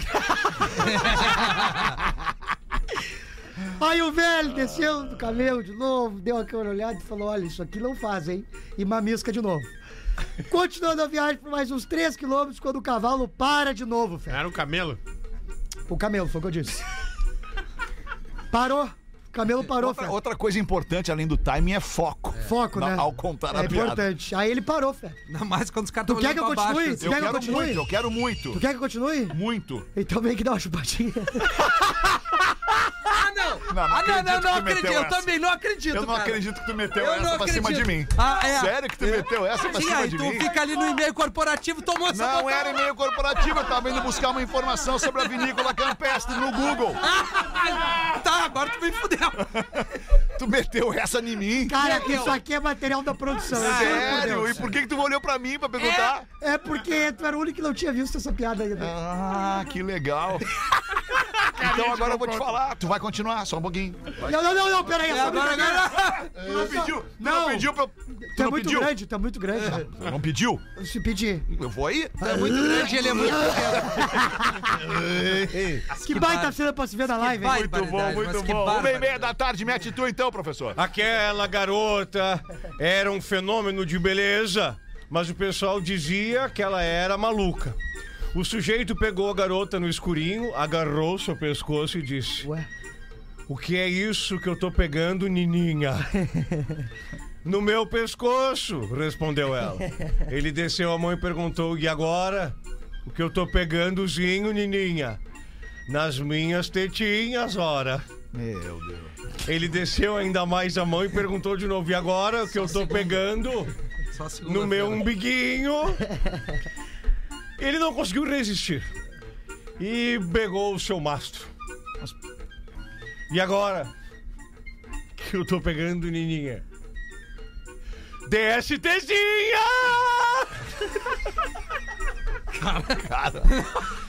[SPEAKER 5] Aí o velho desceu do camelo de novo, deu aquela olhada e falou: Olha, isso aqui não faz, hein? E mamisca de novo. Continuando a viagem por mais uns 3 quilômetros, quando o cavalo para de novo, fé.
[SPEAKER 7] Era um camelo?
[SPEAKER 5] O camelo, foi o que eu disse. Parou. O camelo parou,
[SPEAKER 2] Outra,
[SPEAKER 5] Fred.
[SPEAKER 2] outra coisa importante, além do timing, é foco.
[SPEAKER 5] Foco,
[SPEAKER 2] Na-
[SPEAKER 5] né?
[SPEAKER 2] ao contar a
[SPEAKER 5] É
[SPEAKER 2] piada.
[SPEAKER 5] importante. Aí ele parou, Fred.
[SPEAKER 3] Ainda mais quando os caras
[SPEAKER 5] Tu
[SPEAKER 3] estão
[SPEAKER 5] quer que eu continue?
[SPEAKER 2] Eu
[SPEAKER 5] Quer que eu
[SPEAKER 2] quero
[SPEAKER 5] continue?
[SPEAKER 2] muito, eu quero
[SPEAKER 5] Tu
[SPEAKER 2] muito.
[SPEAKER 5] quer que eu continue?
[SPEAKER 2] Muito.
[SPEAKER 5] Então vem que dá uma chupadinha.
[SPEAKER 3] Ah, não!
[SPEAKER 2] não
[SPEAKER 3] ah, não,
[SPEAKER 2] acredito
[SPEAKER 3] não, não
[SPEAKER 2] que meteu
[SPEAKER 3] acredito. Eu
[SPEAKER 2] essa.
[SPEAKER 3] também não acredito,
[SPEAKER 2] Eu não
[SPEAKER 3] cara.
[SPEAKER 2] acredito que tu meteu
[SPEAKER 3] Eu
[SPEAKER 2] essa
[SPEAKER 3] não
[SPEAKER 2] pra cima de
[SPEAKER 3] acredito.
[SPEAKER 2] mim.
[SPEAKER 3] Ah, é.
[SPEAKER 2] Sério que tu meteu essa pra
[SPEAKER 3] Sim,
[SPEAKER 2] cima
[SPEAKER 3] aí
[SPEAKER 2] de
[SPEAKER 3] tu
[SPEAKER 2] mim?
[SPEAKER 3] fica ali no e-mail corporativo tomando essa
[SPEAKER 2] Não
[SPEAKER 3] botão.
[SPEAKER 2] era e-mail corporativo, eu tava indo buscar uma informação sobre a vinícola campestre no Google.
[SPEAKER 3] Tá, agora tu me fudeu.
[SPEAKER 2] Tu meteu essa em mim?
[SPEAKER 5] Cara,
[SPEAKER 3] Meu.
[SPEAKER 5] isso aqui é material da produção. eu juro por
[SPEAKER 2] Sério?
[SPEAKER 5] Deus.
[SPEAKER 2] E por que, que tu olhou pra mim pra perguntar?
[SPEAKER 5] É porque tu era o único que não tinha visto essa piada ainda.
[SPEAKER 2] Ah, que legal. Então agora eu vou te falar. Tu vai continuar, só um pouquinho.
[SPEAKER 5] Não, não, não, não, peraí,
[SPEAKER 3] É,
[SPEAKER 5] essa
[SPEAKER 3] agora,
[SPEAKER 5] brincadeira.
[SPEAKER 3] agora.
[SPEAKER 2] Tu não pediu? Tu não,
[SPEAKER 5] Não.
[SPEAKER 2] pediu pra. eu-
[SPEAKER 5] Tu
[SPEAKER 2] Tu
[SPEAKER 5] é
[SPEAKER 2] não
[SPEAKER 5] muito
[SPEAKER 2] pediu?
[SPEAKER 5] grande, tu é muito grande.
[SPEAKER 2] Tu não pediu?
[SPEAKER 5] Se pedir.
[SPEAKER 2] Eu vou aí?
[SPEAKER 3] É muito grande, ele é muito pequeno.
[SPEAKER 5] Que, baita cena pra se ver na live, hein?
[SPEAKER 3] vai-
[SPEAKER 2] Muito bom,
[SPEAKER 3] Barbaridade,
[SPEAKER 2] muito
[SPEAKER 3] mas que
[SPEAKER 2] bom. Uma e meia
[SPEAKER 3] barbaridade.
[SPEAKER 2] da tarde, mete tu então, professor.
[SPEAKER 6] Ah! Aquela garota era um fenômeno de beleza, mas o pessoal dizia que ela era maluca. O sujeito pegou a garota no escurinho, agarrou seu pescoço e disse:
[SPEAKER 5] Ué.
[SPEAKER 6] O que é isso que eu tô pegando, Nininha? No meu pescoço, respondeu ela. Ele desceu a mão e perguntou: E agora? O que eu tô pegandozinho, Nininha? Nas minhas tetinhas, ora.
[SPEAKER 2] Meu Deus.
[SPEAKER 6] Ele desceu ainda mais a mão e perguntou de novo: E agora o que eu tô pegando?
[SPEAKER 3] Só a segunda
[SPEAKER 6] no meu
[SPEAKER 3] vez.
[SPEAKER 6] umbiguinho. Ele não conseguiu resistir e pegou o seu mastro. E agora que eu tô pegando Nininha? DSTzinha!
[SPEAKER 2] Cara.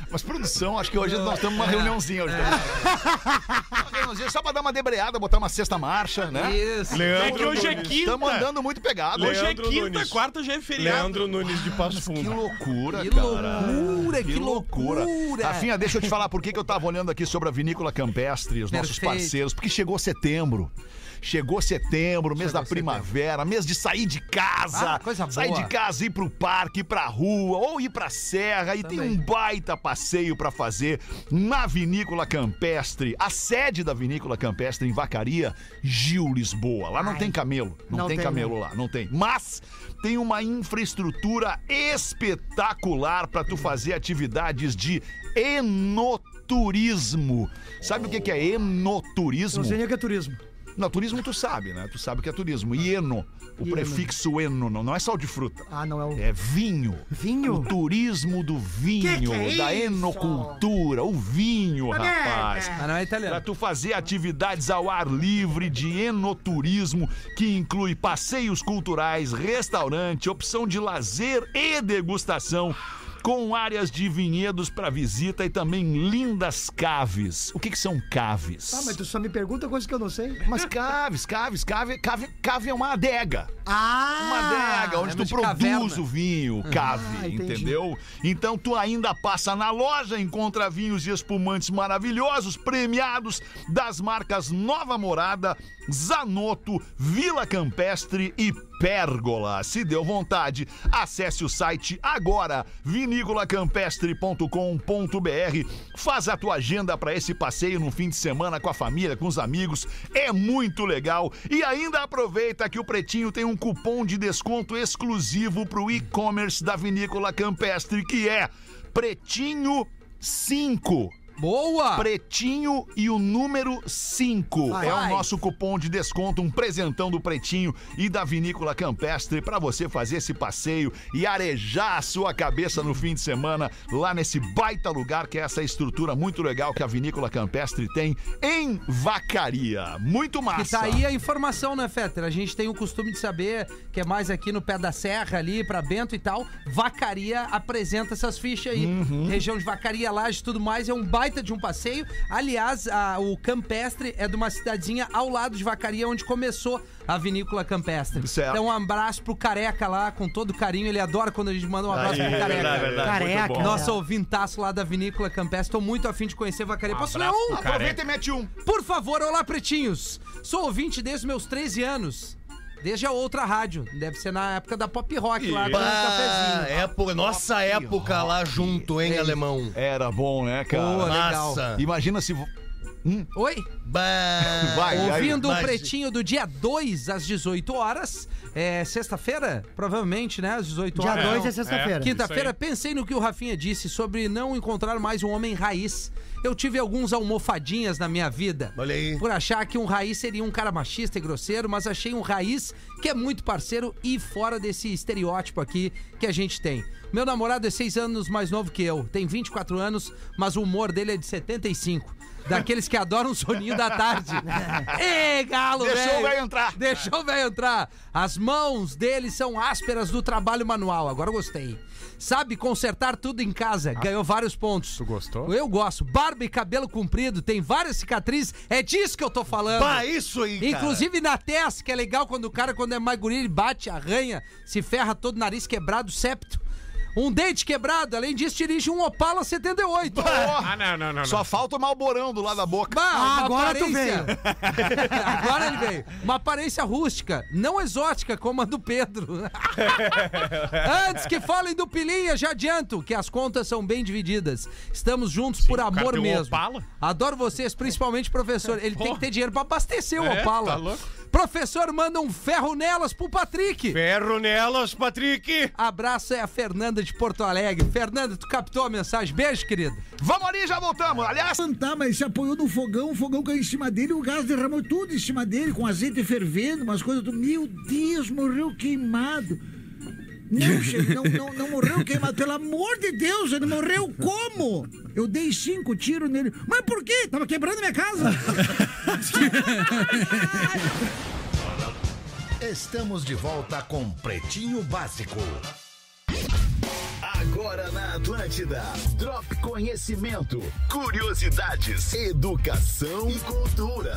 [SPEAKER 2] Mas produção, acho que hoje nós temos uma reuniãozinha hoje. também. É. Uma reuniãozinha só pra dar uma debreada, botar uma sexta marcha, né?
[SPEAKER 3] Isso.
[SPEAKER 7] É que
[SPEAKER 6] Leandro,
[SPEAKER 7] hoje é quinta.
[SPEAKER 2] Estamos andando muito pegado.
[SPEAKER 7] Hoje é
[SPEAKER 6] Leandro
[SPEAKER 7] quinta,
[SPEAKER 6] Nunes.
[SPEAKER 7] quarta já é feriado.
[SPEAKER 6] Leandro Nunes de Passo Fundo.
[SPEAKER 2] Que loucura,
[SPEAKER 3] Que
[SPEAKER 2] cara.
[SPEAKER 3] loucura, que loucura. Assim,
[SPEAKER 2] Rafinha, deixa eu te falar por que que eu tava olhando aqui sobre a vinícola campestre, os nossos
[SPEAKER 3] Perfeito.
[SPEAKER 2] parceiros, porque chegou setembro. Chegou setembro, mês
[SPEAKER 3] Chegou
[SPEAKER 2] da primavera, mês de sair de casa.
[SPEAKER 3] Ah, coisa
[SPEAKER 2] sair
[SPEAKER 3] boa.
[SPEAKER 2] de casa, ir pro parque, ir pra rua ou ir pra serra. E tem
[SPEAKER 3] Também.
[SPEAKER 2] um baita passeio pra fazer na Vinícola Campestre, a sede da Vinícola Campestre em Vacaria, Gil Lisboa. Lá não tem camelo, não,
[SPEAKER 5] Não
[SPEAKER 2] tem,
[SPEAKER 3] né?
[SPEAKER 5] tem,
[SPEAKER 2] camelo lá, não tem. Mas tem uma infraestrutura espetacular pra tu fazer atividades de enoturismo. Sabe o que que é enoturismo?
[SPEAKER 5] Não sei nem o que é turismo.
[SPEAKER 2] Não, turismo tu sabe, né? Tu sabe o que é turismo. E eno, o prefixo eno, não, não é sal de fruta.
[SPEAKER 5] Ah, não, é o.
[SPEAKER 2] É vinho.
[SPEAKER 5] Vinho?
[SPEAKER 2] O turismo do vinho,
[SPEAKER 5] Que que é
[SPEAKER 2] da
[SPEAKER 5] isso?
[SPEAKER 2] enocultura, o vinho, rapaz.
[SPEAKER 3] Mas não é
[SPEAKER 2] Pra
[SPEAKER 3] italiano.
[SPEAKER 2] tu fazer atividades ao ar livre de enoturismo, que inclui passeios culturais, restaurante, opção de lazer e degustação. com áreas de vinhedos para visita e também lindas caves. O que, que são caves?
[SPEAKER 5] Ah, mas tu só me pergunta coisa que eu não sei.
[SPEAKER 2] Mas caves, caves, cave, cave, cave é uma adega.
[SPEAKER 5] Ah!
[SPEAKER 2] Uma adega onde
[SPEAKER 3] lembra
[SPEAKER 2] tu
[SPEAKER 3] É de
[SPEAKER 2] produz
[SPEAKER 3] caverna.
[SPEAKER 2] o vinho, cave,
[SPEAKER 5] Ah, entendi.
[SPEAKER 2] entendeu? Então tu ainda passa na loja, encontra vinhos e espumantes maravilhosos, premiados das marcas Nova Morada, Zanotto, Vila Campestre e Pérgola. Se deu vontade, acesse o site agora, vinícolacampestre.com.br. Faz a tua agenda para esse passeio no fim de semana com a família, com os amigos. É muito legal. E ainda aproveita que o Pretinho tem um cupom de desconto exclusivo para o e-commerce da Vinícola Campestre, que é Pretinho 5.
[SPEAKER 3] Boa!
[SPEAKER 2] Pretinho e o número 5.
[SPEAKER 5] Vai.
[SPEAKER 2] É o nosso cupom de desconto, um presentão do Pretinho e da Vinícola Campestre para você fazer esse passeio e arejar a sua cabeça no fim de semana lá nesse baita lugar que é essa estrutura muito legal que a Vinícola Campestre tem em Vacaria. Muito massa.
[SPEAKER 3] Que tá aí a informação, né, Fetter? A gente tem o costume de saber que é mais aqui no pé da serra, ali pra Bento e tal. Vacaria apresenta essas fichas aí.
[SPEAKER 2] Uhum.
[SPEAKER 3] Região de Vacaria, Laje e tudo mais. É um baita de um passeio. Aliás, a- o Campestre é de uma cidadezinha ao lado de Vacaria, onde começou a vinícola Campestre.
[SPEAKER 2] Certo.
[SPEAKER 3] Então, um abraço pro Careca lá, com todo carinho. Ele adora quando a gente manda um abraço pro Careca.
[SPEAKER 5] Careca.
[SPEAKER 3] Nossa, ouvintaço lá da Vinícola Campestre. Tô muito afim de conhecer Vacaria. Posso ler um?
[SPEAKER 2] Aproveita e mete um.
[SPEAKER 3] Por favor, olá, pretinhos! Sou ouvinte desde meus 13 anos. Desde a outra rádio. Deve ser na época da pop rock lá, tomando
[SPEAKER 4] Bah,
[SPEAKER 3] um cafezinho.
[SPEAKER 4] Ah, época, nossa época lá junto, hein, alemão?
[SPEAKER 2] Era bom, né, cara?
[SPEAKER 3] Boa, é legal.
[SPEAKER 4] Massa.
[SPEAKER 2] Imagina se.
[SPEAKER 3] Oi?
[SPEAKER 4] Bah.
[SPEAKER 2] Vai, aí.
[SPEAKER 3] Ouvindo o
[SPEAKER 4] mas-
[SPEAKER 3] Pretinho do dia 2 às 18 horas. É sexta-feira? Provavelmente, né? Às 18
[SPEAKER 5] Dia
[SPEAKER 3] horas.
[SPEAKER 5] 2 é
[SPEAKER 3] Não.
[SPEAKER 5] sexta-feira.
[SPEAKER 3] Quinta-feira, pensei no que o Rafinha disse sobre não encontrar mais um homem raiz. Eu tive alguns almofadinhas na minha vida.
[SPEAKER 4] Olha aí.
[SPEAKER 3] Por achar que um raiz seria um cara machista e grosseiro, mas achei um raiz que é muito parceiro e fora desse estereótipo aqui que a gente tem. Meu namorado é seis anos mais novo que eu, tem 24 anos, mas o humor dele é de 75. Daqueles que adoram o soninho da tarde. Ê, galo,
[SPEAKER 2] Deixou
[SPEAKER 3] velho.
[SPEAKER 2] o velho entrar.
[SPEAKER 3] Deixou o velho entrar. As mãos dele são ásperas do trabalho manual. Agora eu gostei. Sabe consertar tudo em casa. Ganhou vários pontos. Tu
[SPEAKER 7] gostou?
[SPEAKER 3] Eu gosto. Barba e cabelo comprido, tem várias cicatrizes. É disso que eu tô falando.
[SPEAKER 4] Bah, isso aí, cara.
[SPEAKER 3] Inclusive na testa, que é legal quando o cara, quando é mais guri, ele bate, arranha, se ferra todo, nariz quebrado, septo. Um dente quebrado, além disso, dirige um Opala 78.
[SPEAKER 7] Ah, não, não, não.
[SPEAKER 2] Só falta o malborão do lado da boca.
[SPEAKER 3] Bah,
[SPEAKER 5] Ah,
[SPEAKER 3] uma
[SPEAKER 5] agora tu
[SPEAKER 3] agora ele veio. Uma aparência rústica, não exótica como a do Pedro. Antes que falem do Pilinha, já adianto que as contas são bem divididas. Estamos juntos por
[SPEAKER 7] o cara
[SPEAKER 3] amor
[SPEAKER 7] tem um
[SPEAKER 3] mesmo.
[SPEAKER 7] Opala.
[SPEAKER 3] Adoro vocês, principalmente professor. Ele tem que ter dinheiro pra abastecer o
[SPEAKER 7] É,
[SPEAKER 3] Opala.
[SPEAKER 7] tá louco?
[SPEAKER 3] Professor, manda um ferro nelas pro Patrick.
[SPEAKER 6] Ferro nelas, Patrick!
[SPEAKER 3] Abraço é a Fernanda de Porto Alegre. Fernanda, tu captou a mensagem. Beijo, querido.
[SPEAKER 2] Vamos ali, já voltamos. Aliás,
[SPEAKER 8] Tá, mas se apoiou no fogão, o fogão caiu em cima dele, o gás derramou tudo em cima dele, com azeite fervendo, umas coisas do. Meu Deus, morreu queimado. Não, chefe, não, não, não morreu queimado, pelo amor de Deus, ele morreu como? Eu dei cinco tiros nele. Mas por quê? Tava quebrando minha casa.
[SPEAKER 9] Estamos de volta com Pretinho Básico. Agora na Atlântida, Drop Conhecimento, Curiosidades, Educação e Cultura.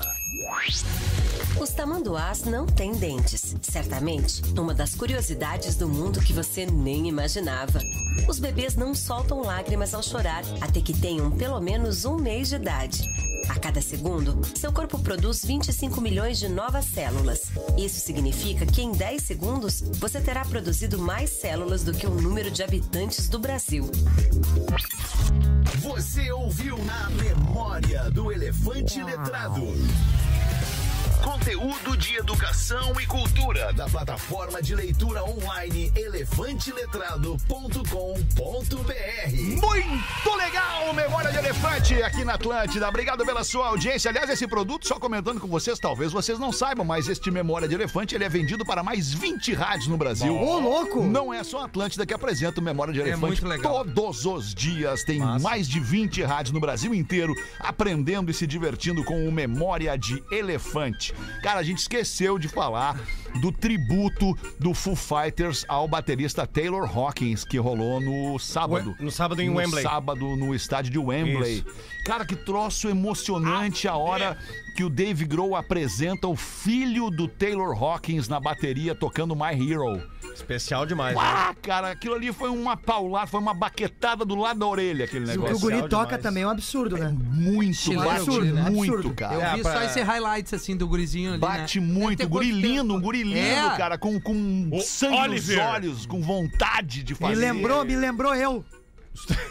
[SPEAKER 10] Os tamanduás não têm dentes. Certamente, uma das curiosidades do mundo que você nem imaginava. Os bebês não soltam lágrimas ao chorar até que tenham pelo menos um mês de idade. A cada segundo, seu corpo produz 25 milhões de novas células. Isso significa que em 10 segundos você terá produzido mais células do que o número de habitantes do Brasil.
[SPEAKER 9] Você ouviu na memória do elefante letrado. Conteúdo de educação e cultura da plataforma de leitura online elefanteletrado.com.br.
[SPEAKER 2] Muito legal, Memória de Elefante aqui na Atlântida. Obrigado pela sua audiência. Aliás, esse produto, só comentando com vocês, talvez vocês não saibam, mas este Memória de Elefante ele é vendido para mais 20 rádios no Brasil.
[SPEAKER 5] Ô, louco!
[SPEAKER 2] Não é só a Atlântida que apresenta o Memória
[SPEAKER 6] É
[SPEAKER 2] de Elefante.
[SPEAKER 3] muito legal.
[SPEAKER 2] Todos os dias tem mais de 20 rádios no Brasil inteiro aprendendo e se divertindo com o Memória de Elefante. Cara, a gente esqueceu de falar do tributo do Foo Fighters ao baterista Taylor Hawkins, que rolou no sábado.
[SPEAKER 6] no sábado em
[SPEAKER 2] no
[SPEAKER 6] Wembley.
[SPEAKER 2] sábado no estádio de Wembley. Cara, que troço emocionante a hora
[SPEAKER 6] Ah, é.
[SPEAKER 2] que o Dave Grohl apresenta o filho do Taylor Hawkins na bateria tocando My Hero.
[SPEAKER 6] Especial demais, né?
[SPEAKER 2] Ah, cara, aquilo ali foi uma paulada, foi uma baquetada do lado da orelha aquele
[SPEAKER 5] O que o
[SPEAKER 2] negócio.
[SPEAKER 5] guri
[SPEAKER 6] Especial
[SPEAKER 5] toca
[SPEAKER 6] demais.
[SPEAKER 5] também é um absurdo, né?
[SPEAKER 2] Muito,
[SPEAKER 3] Chileno,
[SPEAKER 2] bate
[SPEAKER 5] absurdo, né?
[SPEAKER 2] muito,
[SPEAKER 5] Absurdo.
[SPEAKER 2] cara.
[SPEAKER 3] Eu
[SPEAKER 6] É,
[SPEAKER 3] vi
[SPEAKER 6] pra-
[SPEAKER 3] só esse highlights assim do gurizinho ali.
[SPEAKER 2] Bate
[SPEAKER 3] né?
[SPEAKER 2] muito,
[SPEAKER 3] Deve ter
[SPEAKER 2] um guri
[SPEAKER 3] quanto tempo?
[SPEAKER 2] lindo, um guri lindo,
[SPEAKER 3] É.
[SPEAKER 2] cara, com, com
[SPEAKER 7] O
[SPEAKER 2] sangue
[SPEAKER 7] Oliver.
[SPEAKER 2] nos olhos, com vontade de
[SPEAKER 5] Me
[SPEAKER 2] fazer.
[SPEAKER 5] lembrou, me lembrou eu.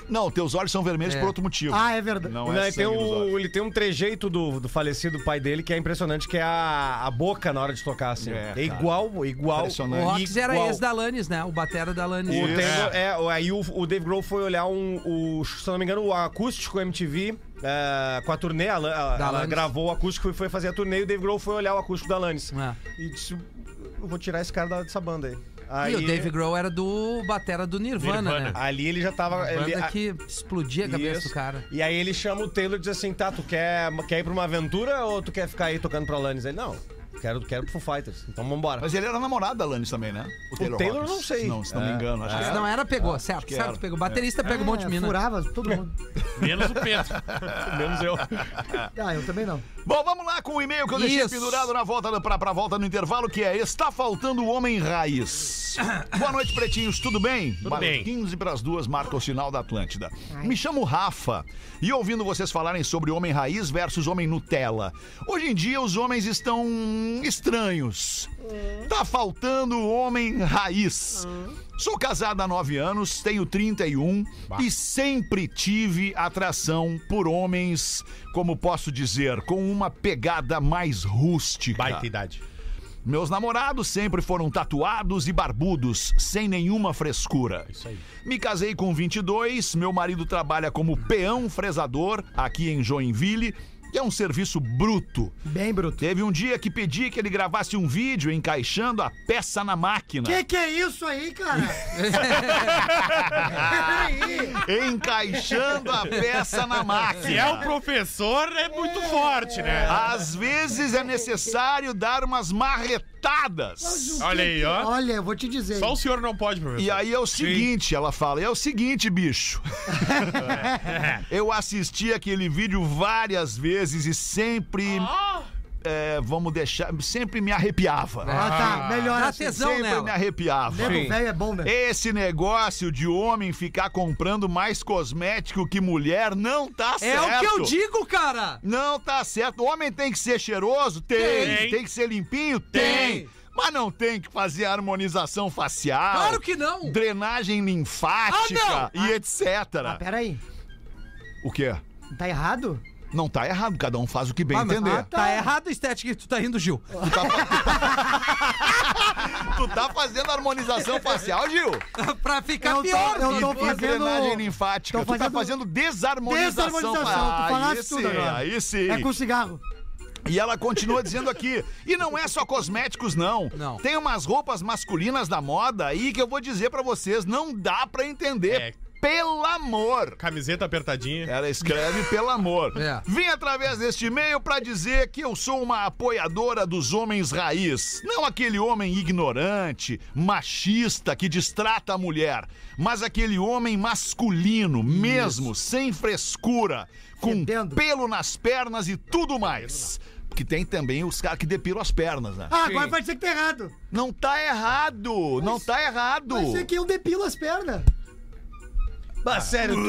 [SPEAKER 2] Não, teus olhos são vermelhos
[SPEAKER 3] É.
[SPEAKER 2] por outro motivo.
[SPEAKER 5] Ah, é verdade.
[SPEAKER 2] Não,
[SPEAKER 6] Não,
[SPEAKER 2] é
[SPEAKER 6] ele, tem
[SPEAKER 2] sangue nos olhos.
[SPEAKER 6] um, ele tem um trejeito do, do falecido pai dele que é impressionante, que é a, a boca na hora de tocar, assim.
[SPEAKER 2] É,
[SPEAKER 6] É,
[SPEAKER 2] cara.
[SPEAKER 6] igual, igual.
[SPEAKER 2] Impressionante.
[SPEAKER 3] O Rox era
[SPEAKER 6] igual.
[SPEAKER 3] ex da Lannis, né? O batera da Lannis.
[SPEAKER 6] O
[SPEAKER 2] Isso.
[SPEAKER 6] Taylor- é, o- aí o, o Dave Grohl foi olhar um, o, se eu não me engano, o acústico MTV é, com a turnê, a, Lan- a-
[SPEAKER 3] Da
[SPEAKER 6] ela
[SPEAKER 3] Alanis.
[SPEAKER 6] gravou o acústico e foi fazer a turnê e o Dave Grohl foi olhar o acústico da Alanis.
[SPEAKER 3] É.
[SPEAKER 6] E disse, eu vou tirar esse cara da- dessa banda aí. aí
[SPEAKER 3] E o Dave Grohl era do batera do Nirvana,
[SPEAKER 7] Nirvana.
[SPEAKER 3] né?
[SPEAKER 6] Ali ele já tava...
[SPEAKER 3] A
[SPEAKER 6] ele-
[SPEAKER 3] banda
[SPEAKER 6] a-
[SPEAKER 3] que explodia a cabeça
[SPEAKER 6] Ah, Isso.
[SPEAKER 3] do cara.
[SPEAKER 6] E aí ele chama o Taylor e diz assim: tá, tu quer, quer ir pra uma aventura ou tu quer ficar aí tocando pra Alanis? Ele, não, quero, quero pro Foo Fighters, então vambora.
[SPEAKER 2] Mas ele era namorado da Lannis também, né? O
[SPEAKER 6] Taylor,
[SPEAKER 2] Hawkins,
[SPEAKER 6] não sei.
[SPEAKER 2] Se não, se não me
[SPEAKER 6] É.
[SPEAKER 2] engano. Acho que
[SPEAKER 3] Se
[SPEAKER 2] era.
[SPEAKER 3] não era, pegou, certo,
[SPEAKER 2] que
[SPEAKER 3] certo,
[SPEAKER 2] era.
[SPEAKER 3] pegou. Baterista pega um monte de
[SPEAKER 5] É,
[SPEAKER 3] mina.
[SPEAKER 5] Furava todo mundo.
[SPEAKER 7] Menos o Pedro.
[SPEAKER 6] Menos eu.
[SPEAKER 5] Ah, eu também não.
[SPEAKER 2] Bom, vamos lá com o e-mail que eu deixei
[SPEAKER 3] Isso.
[SPEAKER 2] pendurado na volta, pra, pra volta no intervalo, que é Está faltando o homem raiz. Boa noite, pretinhos, tudo bem? Tudo
[SPEAKER 7] bem.
[SPEAKER 2] 15 para as duas, marca o sinal da Atlântida. Me chamo Rafa e ouvindo vocês falarem sobre homem raiz versus homem Nutella. Hoje em dia os homens estão estranhos. Tá faltando o homem raiz. Sou casada há 9 anos, tenho 31 e sempre tive atração por homens, como posso dizer, com uma pegada mais rústica.
[SPEAKER 7] Baita idade.
[SPEAKER 2] Meus namorados sempre foram tatuados e barbudos, sem nenhuma frescura.
[SPEAKER 7] Isso aí.
[SPEAKER 2] Me casei com 22, meu marido trabalha como peão fresador aqui em Joinville. e É um serviço bruto.
[SPEAKER 5] Bem bruto.
[SPEAKER 2] Teve um dia que pedi que ele gravasse um vídeo encaixando a peça na máquina.
[SPEAKER 5] Que que é isso aí, cara?
[SPEAKER 2] É
[SPEAKER 5] Peraí.
[SPEAKER 2] Encaixando a peça na
[SPEAKER 7] Se é o
[SPEAKER 2] máquina.
[SPEAKER 7] professor, é muito forte, né?
[SPEAKER 6] Ah.
[SPEAKER 2] Às vezes é necessário dar umas marretadas.
[SPEAKER 7] Olha aí, ó.
[SPEAKER 5] Olha, eu vou te dizer.
[SPEAKER 7] Só o senhor não pode, professor.
[SPEAKER 2] E aí é o seguinte, ela fala, é o seguinte, bicho. Eu assisti aquele vídeo várias vezes e sempre.
[SPEAKER 7] Ah!
[SPEAKER 2] é, vamos deixar. Sempre me arrepiava.
[SPEAKER 5] Ah, tá. Melhor
[SPEAKER 3] Dá
[SPEAKER 5] assim.
[SPEAKER 3] tesão
[SPEAKER 2] sempre
[SPEAKER 7] Ah!
[SPEAKER 3] nela.
[SPEAKER 2] me arrepiava.
[SPEAKER 5] Dedo velho é bom, né?
[SPEAKER 2] Esse negócio de homem ficar comprando mais cosmético que mulher não tá
[SPEAKER 3] É
[SPEAKER 2] certo.
[SPEAKER 3] o que eu digo, cara!
[SPEAKER 2] Não tá certo. Homem tem que ser cheiroso? Tem. Tem,
[SPEAKER 7] Tem.
[SPEAKER 2] que ser limpinho? Tem.
[SPEAKER 3] Tem.
[SPEAKER 2] Mas não tem que fazer harmonização facial.
[SPEAKER 3] Claro que não!
[SPEAKER 2] Drenagem linfática
[SPEAKER 3] Ah,
[SPEAKER 2] e etc.
[SPEAKER 5] Ah, peraí.
[SPEAKER 2] O quê?
[SPEAKER 5] Tá errado?
[SPEAKER 2] Não tá errado, cada um faz o que bem
[SPEAKER 3] Ah, mas-
[SPEAKER 2] entender.
[SPEAKER 3] ah, tá errado a estética que tu tá rindo, Gil.
[SPEAKER 5] É.
[SPEAKER 2] Tu tá fazendo harmonização facial, Gil?
[SPEAKER 3] pra ficar
[SPEAKER 5] Eu tô-
[SPEAKER 3] pior,
[SPEAKER 5] eu
[SPEAKER 3] Gil.
[SPEAKER 5] tô
[SPEAKER 2] E
[SPEAKER 5] fazendo-
[SPEAKER 2] drenagem linfática.
[SPEAKER 5] tô
[SPEAKER 2] Tu tá
[SPEAKER 5] fazendo-
[SPEAKER 2] fazendo desarmonização.
[SPEAKER 5] Desarmonização,
[SPEAKER 2] facial.
[SPEAKER 5] tu falaste
[SPEAKER 2] aí
[SPEAKER 5] tudo
[SPEAKER 2] sim,
[SPEAKER 5] agora.
[SPEAKER 2] Aí sim.
[SPEAKER 5] É com cigarro.
[SPEAKER 2] E ela continua dizendo aqui, e não é só cosméticos não.
[SPEAKER 3] Não.
[SPEAKER 2] Tem umas roupas masculinas da moda aí que eu vou dizer pra vocês, não dá pra entender.
[SPEAKER 7] É.
[SPEAKER 2] Pelo amor.
[SPEAKER 7] Camiseta apertadinha.
[SPEAKER 2] Ela escreve pelo amor.
[SPEAKER 3] É.
[SPEAKER 2] Vim através deste e-mail pra dizer que eu sou uma apoiadora dos homens raiz. Não aquele homem ignorante, machista que distrata a mulher, mas aquele homem masculino mesmo, sem frescura, com
[SPEAKER 5] Fedendo.
[SPEAKER 2] pelo nas pernas e tudo mais. Que tem também os caras que depilam as pernas, né?
[SPEAKER 5] Ah, agora pode ser que tá errado.
[SPEAKER 2] Não tá errado! Não tá errado!
[SPEAKER 5] Pode ser é que eu depilo as pernas.
[SPEAKER 6] Bah, sério, tu-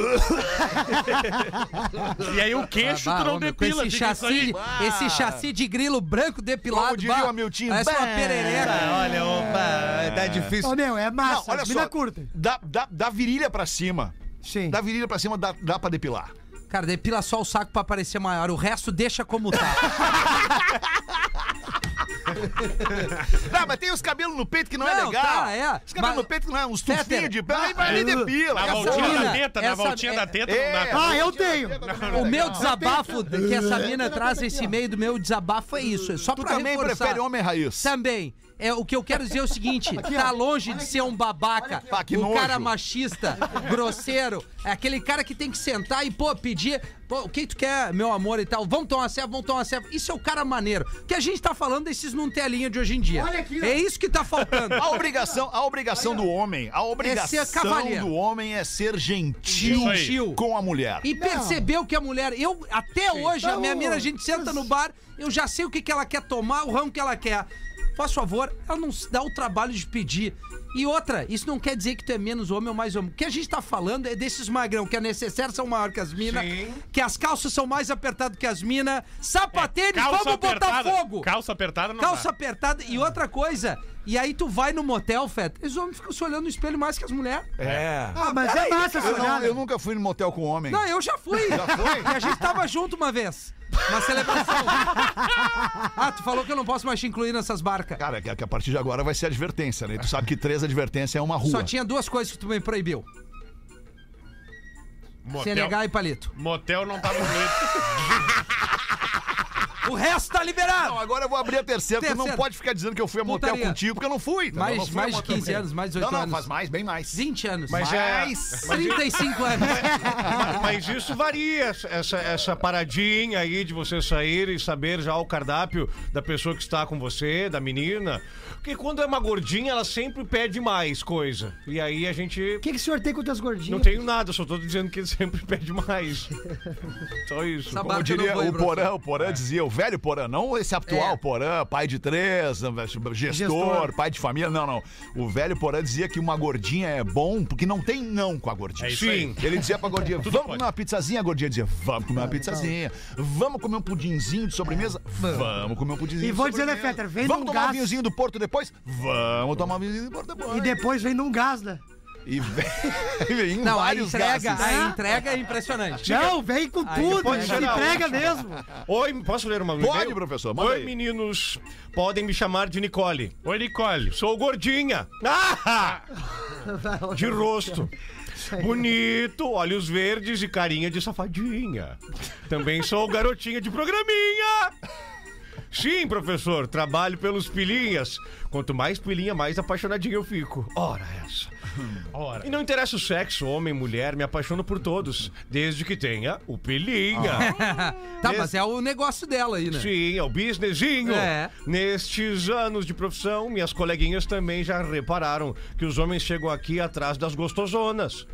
[SPEAKER 7] E aí o queixo
[SPEAKER 3] Ah,
[SPEAKER 7] tu não
[SPEAKER 3] homem, com
[SPEAKER 7] depila,
[SPEAKER 3] esse
[SPEAKER 7] fica isso
[SPEAKER 3] chassi,
[SPEAKER 7] aí.
[SPEAKER 3] esse chassi de grilo branco depilado.
[SPEAKER 2] Como diria
[SPEAKER 3] bah,
[SPEAKER 2] o Hamilton,
[SPEAKER 3] Parece uma
[SPEAKER 2] bah.
[SPEAKER 3] perereira.
[SPEAKER 6] Ah, olha, opa, tá difícil.
[SPEAKER 5] Ô, meu, é massa.
[SPEAKER 2] Não, olha
[SPEAKER 5] Vida
[SPEAKER 2] só.
[SPEAKER 5] curta.
[SPEAKER 2] Da, da, da virilha pra cima.
[SPEAKER 5] Sim.
[SPEAKER 2] Da virilha pra cima dá, dá pra depilar.
[SPEAKER 3] Cara, depila só o saco pra parecer maior, o resto deixa como tá.
[SPEAKER 2] Não, mas tem os cabelos no peito que não, é
[SPEAKER 3] Não,
[SPEAKER 2] legal.
[SPEAKER 3] tá, é.
[SPEAKER 2] Os cabelos
[SPEAKER 3] Mas-
[SPEAKER 2] no peito que não é uns
[SPEAKER 3] Peter,
[SPEAKER 2] tufinhos de pé. Aí vai ali e
[SPEAKER 3] ah,
[SPEAKER 2] depila.
[SPEAKER 7] Na
[SPEAKER 2] Essa-
[SPEAKER 7] voltinha
[SPEAKER 3] mina,
[SPEAKER 7] da teta, na
[SPEAKER 3] essa-
[SPEAKER 7] voltinha
[SPEAKER 3] é-
[SPEAKER 7] da teta
[SPEAKER 2] É,
[SPEAKER 7] não dá.
[SPEAKER 2] a
[SPEAKER 5] Ah, eu
[SPEAKER 2] voltinha da
[SPEAKER 5] tenho.
[SPEAKER 2] teta também não é
[SPEAKER 3] O meu
[SPEAKER 2] legal.
[SPEAKER 3] desabafo que essa mina traz esse e-mail do meu desabafo é isso. É só
[SPEAKER 2] Tu
[SPEAKER 3] pra
[SPEAKER 2] também
[SPEAKER 3] reforçar.
[SPEAKER 2] prefere homem raiz.
[SPEAKER 3] Também. É, o que eu quero dizer é o seguinte:
[SPEAKER 5] Aqui, ó.
[SPEAKER 3] tá longe de ser um babaca,
[SPEAKER 2] ó. Ah, que
[SPEAKER 3] um
[SPEAKER 2] nojo.
[SPEAKER 3] cara machista, grosseiro, é aquele cara que tem que sentar e, pô, pedir. Pô, o que tu quer, meu amor e tal? Vamos tomar cerveja, vamos tomar cerveja. Isso é o cara maneiro. Que a gente tá falando desses Nutelinha de hoje em dia.
[SPEAKER 5] Olha aqui, ó.
[SPEAKER 3] é isso que tá faltando.
[SPEAKER 2] A obrigação, a obrigação do homem, a obrigação
[SPEAKER 3] É ser cavalheiro.
[SPEAKER 2] do homem é ser gentil
[SPEAKER 7] Isso aí.
[SPEAKER 3] Gentil.
[SPEAKER 2] com a mulher.
[SPEAKER 3] E percebeu que a mulher, eu até hoje, a
[SPEAKER 7] Então,
[SPEAKER 3] minha
[SPEAKER 5] Não,
[SPEAKER 3] mina, a gente senta no bar, eu já sei o que, que ela quer tomar, o ramo que ela quer. Faz favor, ela não se dá o trabalho de pedir. E outra, isso não quer dizer que tu é menos homem ou mais homem. O que a gente tá falando é desses magrão, que a necessária são maior que as minas, que as calças são mais apertadas que as minas. Sapatênis, vamos botar
[SPEAKER 7] É, apertada.
[SPEAKER 3] fogo!
[SPEAKER 7] Calça apertada não
[SPEAKER 3] Calça
[SPEAKER 7] dá.
[SPEAKER 3] apertada e outra coisa. E aí tu vai no motel, Feta, os homens ficam se olhando no espelho mais que as mulheres.
[SPEAKER 2] É.
[SPEAKER 5] Ah, mas é massa essa
[SPEAKER 2] Eu, não-
[SPEAKER 5] olhada.
[SPEAKER 2] eu nunca fui no motel com homem.
[SPEAKER 3] Não, eu já fui. Já
[SPEAKER 2] foi?
[SPEAKER 3] E a gente tava junto uma vez. Uma celebração. ah, tu falou que eu não posso mais te incluir nessas barcas.
[SPEAKER 2] Cara, que, que a partir de agora vai ser advertência, né? Tu sabe que três advertências é uma rua.
[SPEAKER 3] Só tinha duas coisas que tu me proibiu:
[SPEAKER 7] Motel,
[SPEAKER 3] CNH e palito.
[SPEAKER 7] motel não tá tava incluído.
[SPEAKER 3] O resto tá
[SPEAKER 2] Não,
[SPEAKER 3] liberado.
[SPEAKER 2] agora eu vou abrir a terceira, porque tu não
[SPEAKER 3] Terceira.
[SPEAKER 2] pode ficar dizendo que eu fui a motel
[SPEAKER 3] Putaria.
[SPEAKER 2] contigo, porque eu não fui. tá?
[SPEAKER 3] Mais-
[SPEAKER 2] Eu não fui a
[SPEAKER 3] mais de
[SPEAKER 2] motel
[SPEAKER 3] 15
[SPEAKER 2] contigo.
[SPEAKER 3] anos, mais de
[SPEAKER 2] Não,
[SPEAKER 3] 18
[SPEAKER 2] não,
[SPEAKER 3] anos.
[SPEAKER 2] faz mais, bem mais.
[SPEAKER 3] 20 anos.
[SPEAKER 6] Mas é-
[SPEAKER 3] 35 anos.
[SPEAKER 6] Mas isso varia, essa- essa, essa paradinha aí de você sair e saber já o cardápio da pessoa que está com você, da menina. Porque quando é uma gordinha, ela sempre pede mais coisa. E aí a gente.
[SPEAKER 5] O que, que o senhor tem com os teus
[SPEAKER 6] Não
[SPEAKER 5] gordinhos?
[SPEAKER 6] tenho nada, só tô dizendo que ele sempre pede mais. Só isso. é
[SPEAKER 3] Essa
[SPEAKER 2] Como
[SPEAKER 3] barca eu não
[SPEAKER 2] diria
[SPEAKER 3] vou, hein,
[SPEAKER 2] o
[SPEAKER 3] professor?
[SPEAKER 2] Porã, o
[SPEAKER 5] É.
[SPEAKER 2] Porã dizia, o velho Porã, não esse atual
[SPEAKER 3] É.
[SPEAKER 2] Porã, pai de três, um, é, gestor,
[SPEAKER 5] Gestor.
[SPEAKER 2] pai de família, não, não. O velho Porã dizia que uma gordinha é bom porque não tem não com a gordinha.
[SPEAKER 7] É isso aí.
[SPEAKER 2] Ele dizia pra gordinha, vamos
[SPEAKER 7] pode."
[SPEAKER 2] comer uma pizzazinha, a gordinha dizia, vamos comer uma pizzazinha, vamos comer um pudinzinho de sobremesa, vamos comer um pudinzinho
[SPEAKER 5] E
[SPEAKER 2] de
[SPEAKER 5] vou
[SPEAKER 2] sobremesa.
[SPEAKER 5] dizer, né, Fetter, vem
[SPEAKER 2] Vamos
[SPEAKER 5] num
[SPEAKER 2] tomar um
[SPEAKER 5] gás."
[SPEAKER 2] vinhozinho do Porto depois? Vamos tomar um vinhozinho do Porto
[SPEAKER 5] E
[SPEAKER 2] depois.
[SPEAKER 5] depois vem num gás, né?
[SPEAKER 2] E vem, e vem em
[SPEAKER 3] Não, a
[SPEAKER 2] vários
[SPEAKER 3] entrega,
[SPEAKER 2] gases.
[SPEAKER 3] a entrega é impressionante.
[SPEAKER 5] Não, vem com
[SPEAKER 3] Aí
[SPEAKER 5] tudo,
[SPEAKER 6] depois
[SPEAKER 5] se
[SPEAKER 6] será
[SPEAKER 5] entrega mesmo.
[SPEAKER 6] Oi, posso ler uma
[SPEAKER 2] Pode,
[SPEAKER 6] e-mail?
[SPEAKER 2] professor, manda
[SPEAKER 6] Oi,
[SPEAKER 2] aí.
[SPEAKER 6] meninos. Podem me chamar de Nicole.
[SPEAKER 7] Oi, Nicole.
[SPEAKER 6] Sou gordinha. Ah! De rosto. Bonito, olhos verdes e carinha de safadinha. Também sou garotinha de programinha. Sim, professor, trabalho pelos pilinhas. Quanto mais pilinha, mais apaixonadinha eu fico. Ora essa.
[SPEAKER 7] Ora.
[SPEAKER 6] E não interessa o sexo, homem, mulher, me apaixono por todos, desde que tenha o pilinha.
[SPEAKER 2] Ah.
[SPEAKER 3] Tá, mas é o negócio dela aí, né?
[SPEAKER 6] Sim, é o businessinho.
[SPEAKER 3] É.
[SPEAKER 6] Nestes anos de profissão, minhas coleguinhas também já repararam que os homens chegam aqui atrás das gostosonas.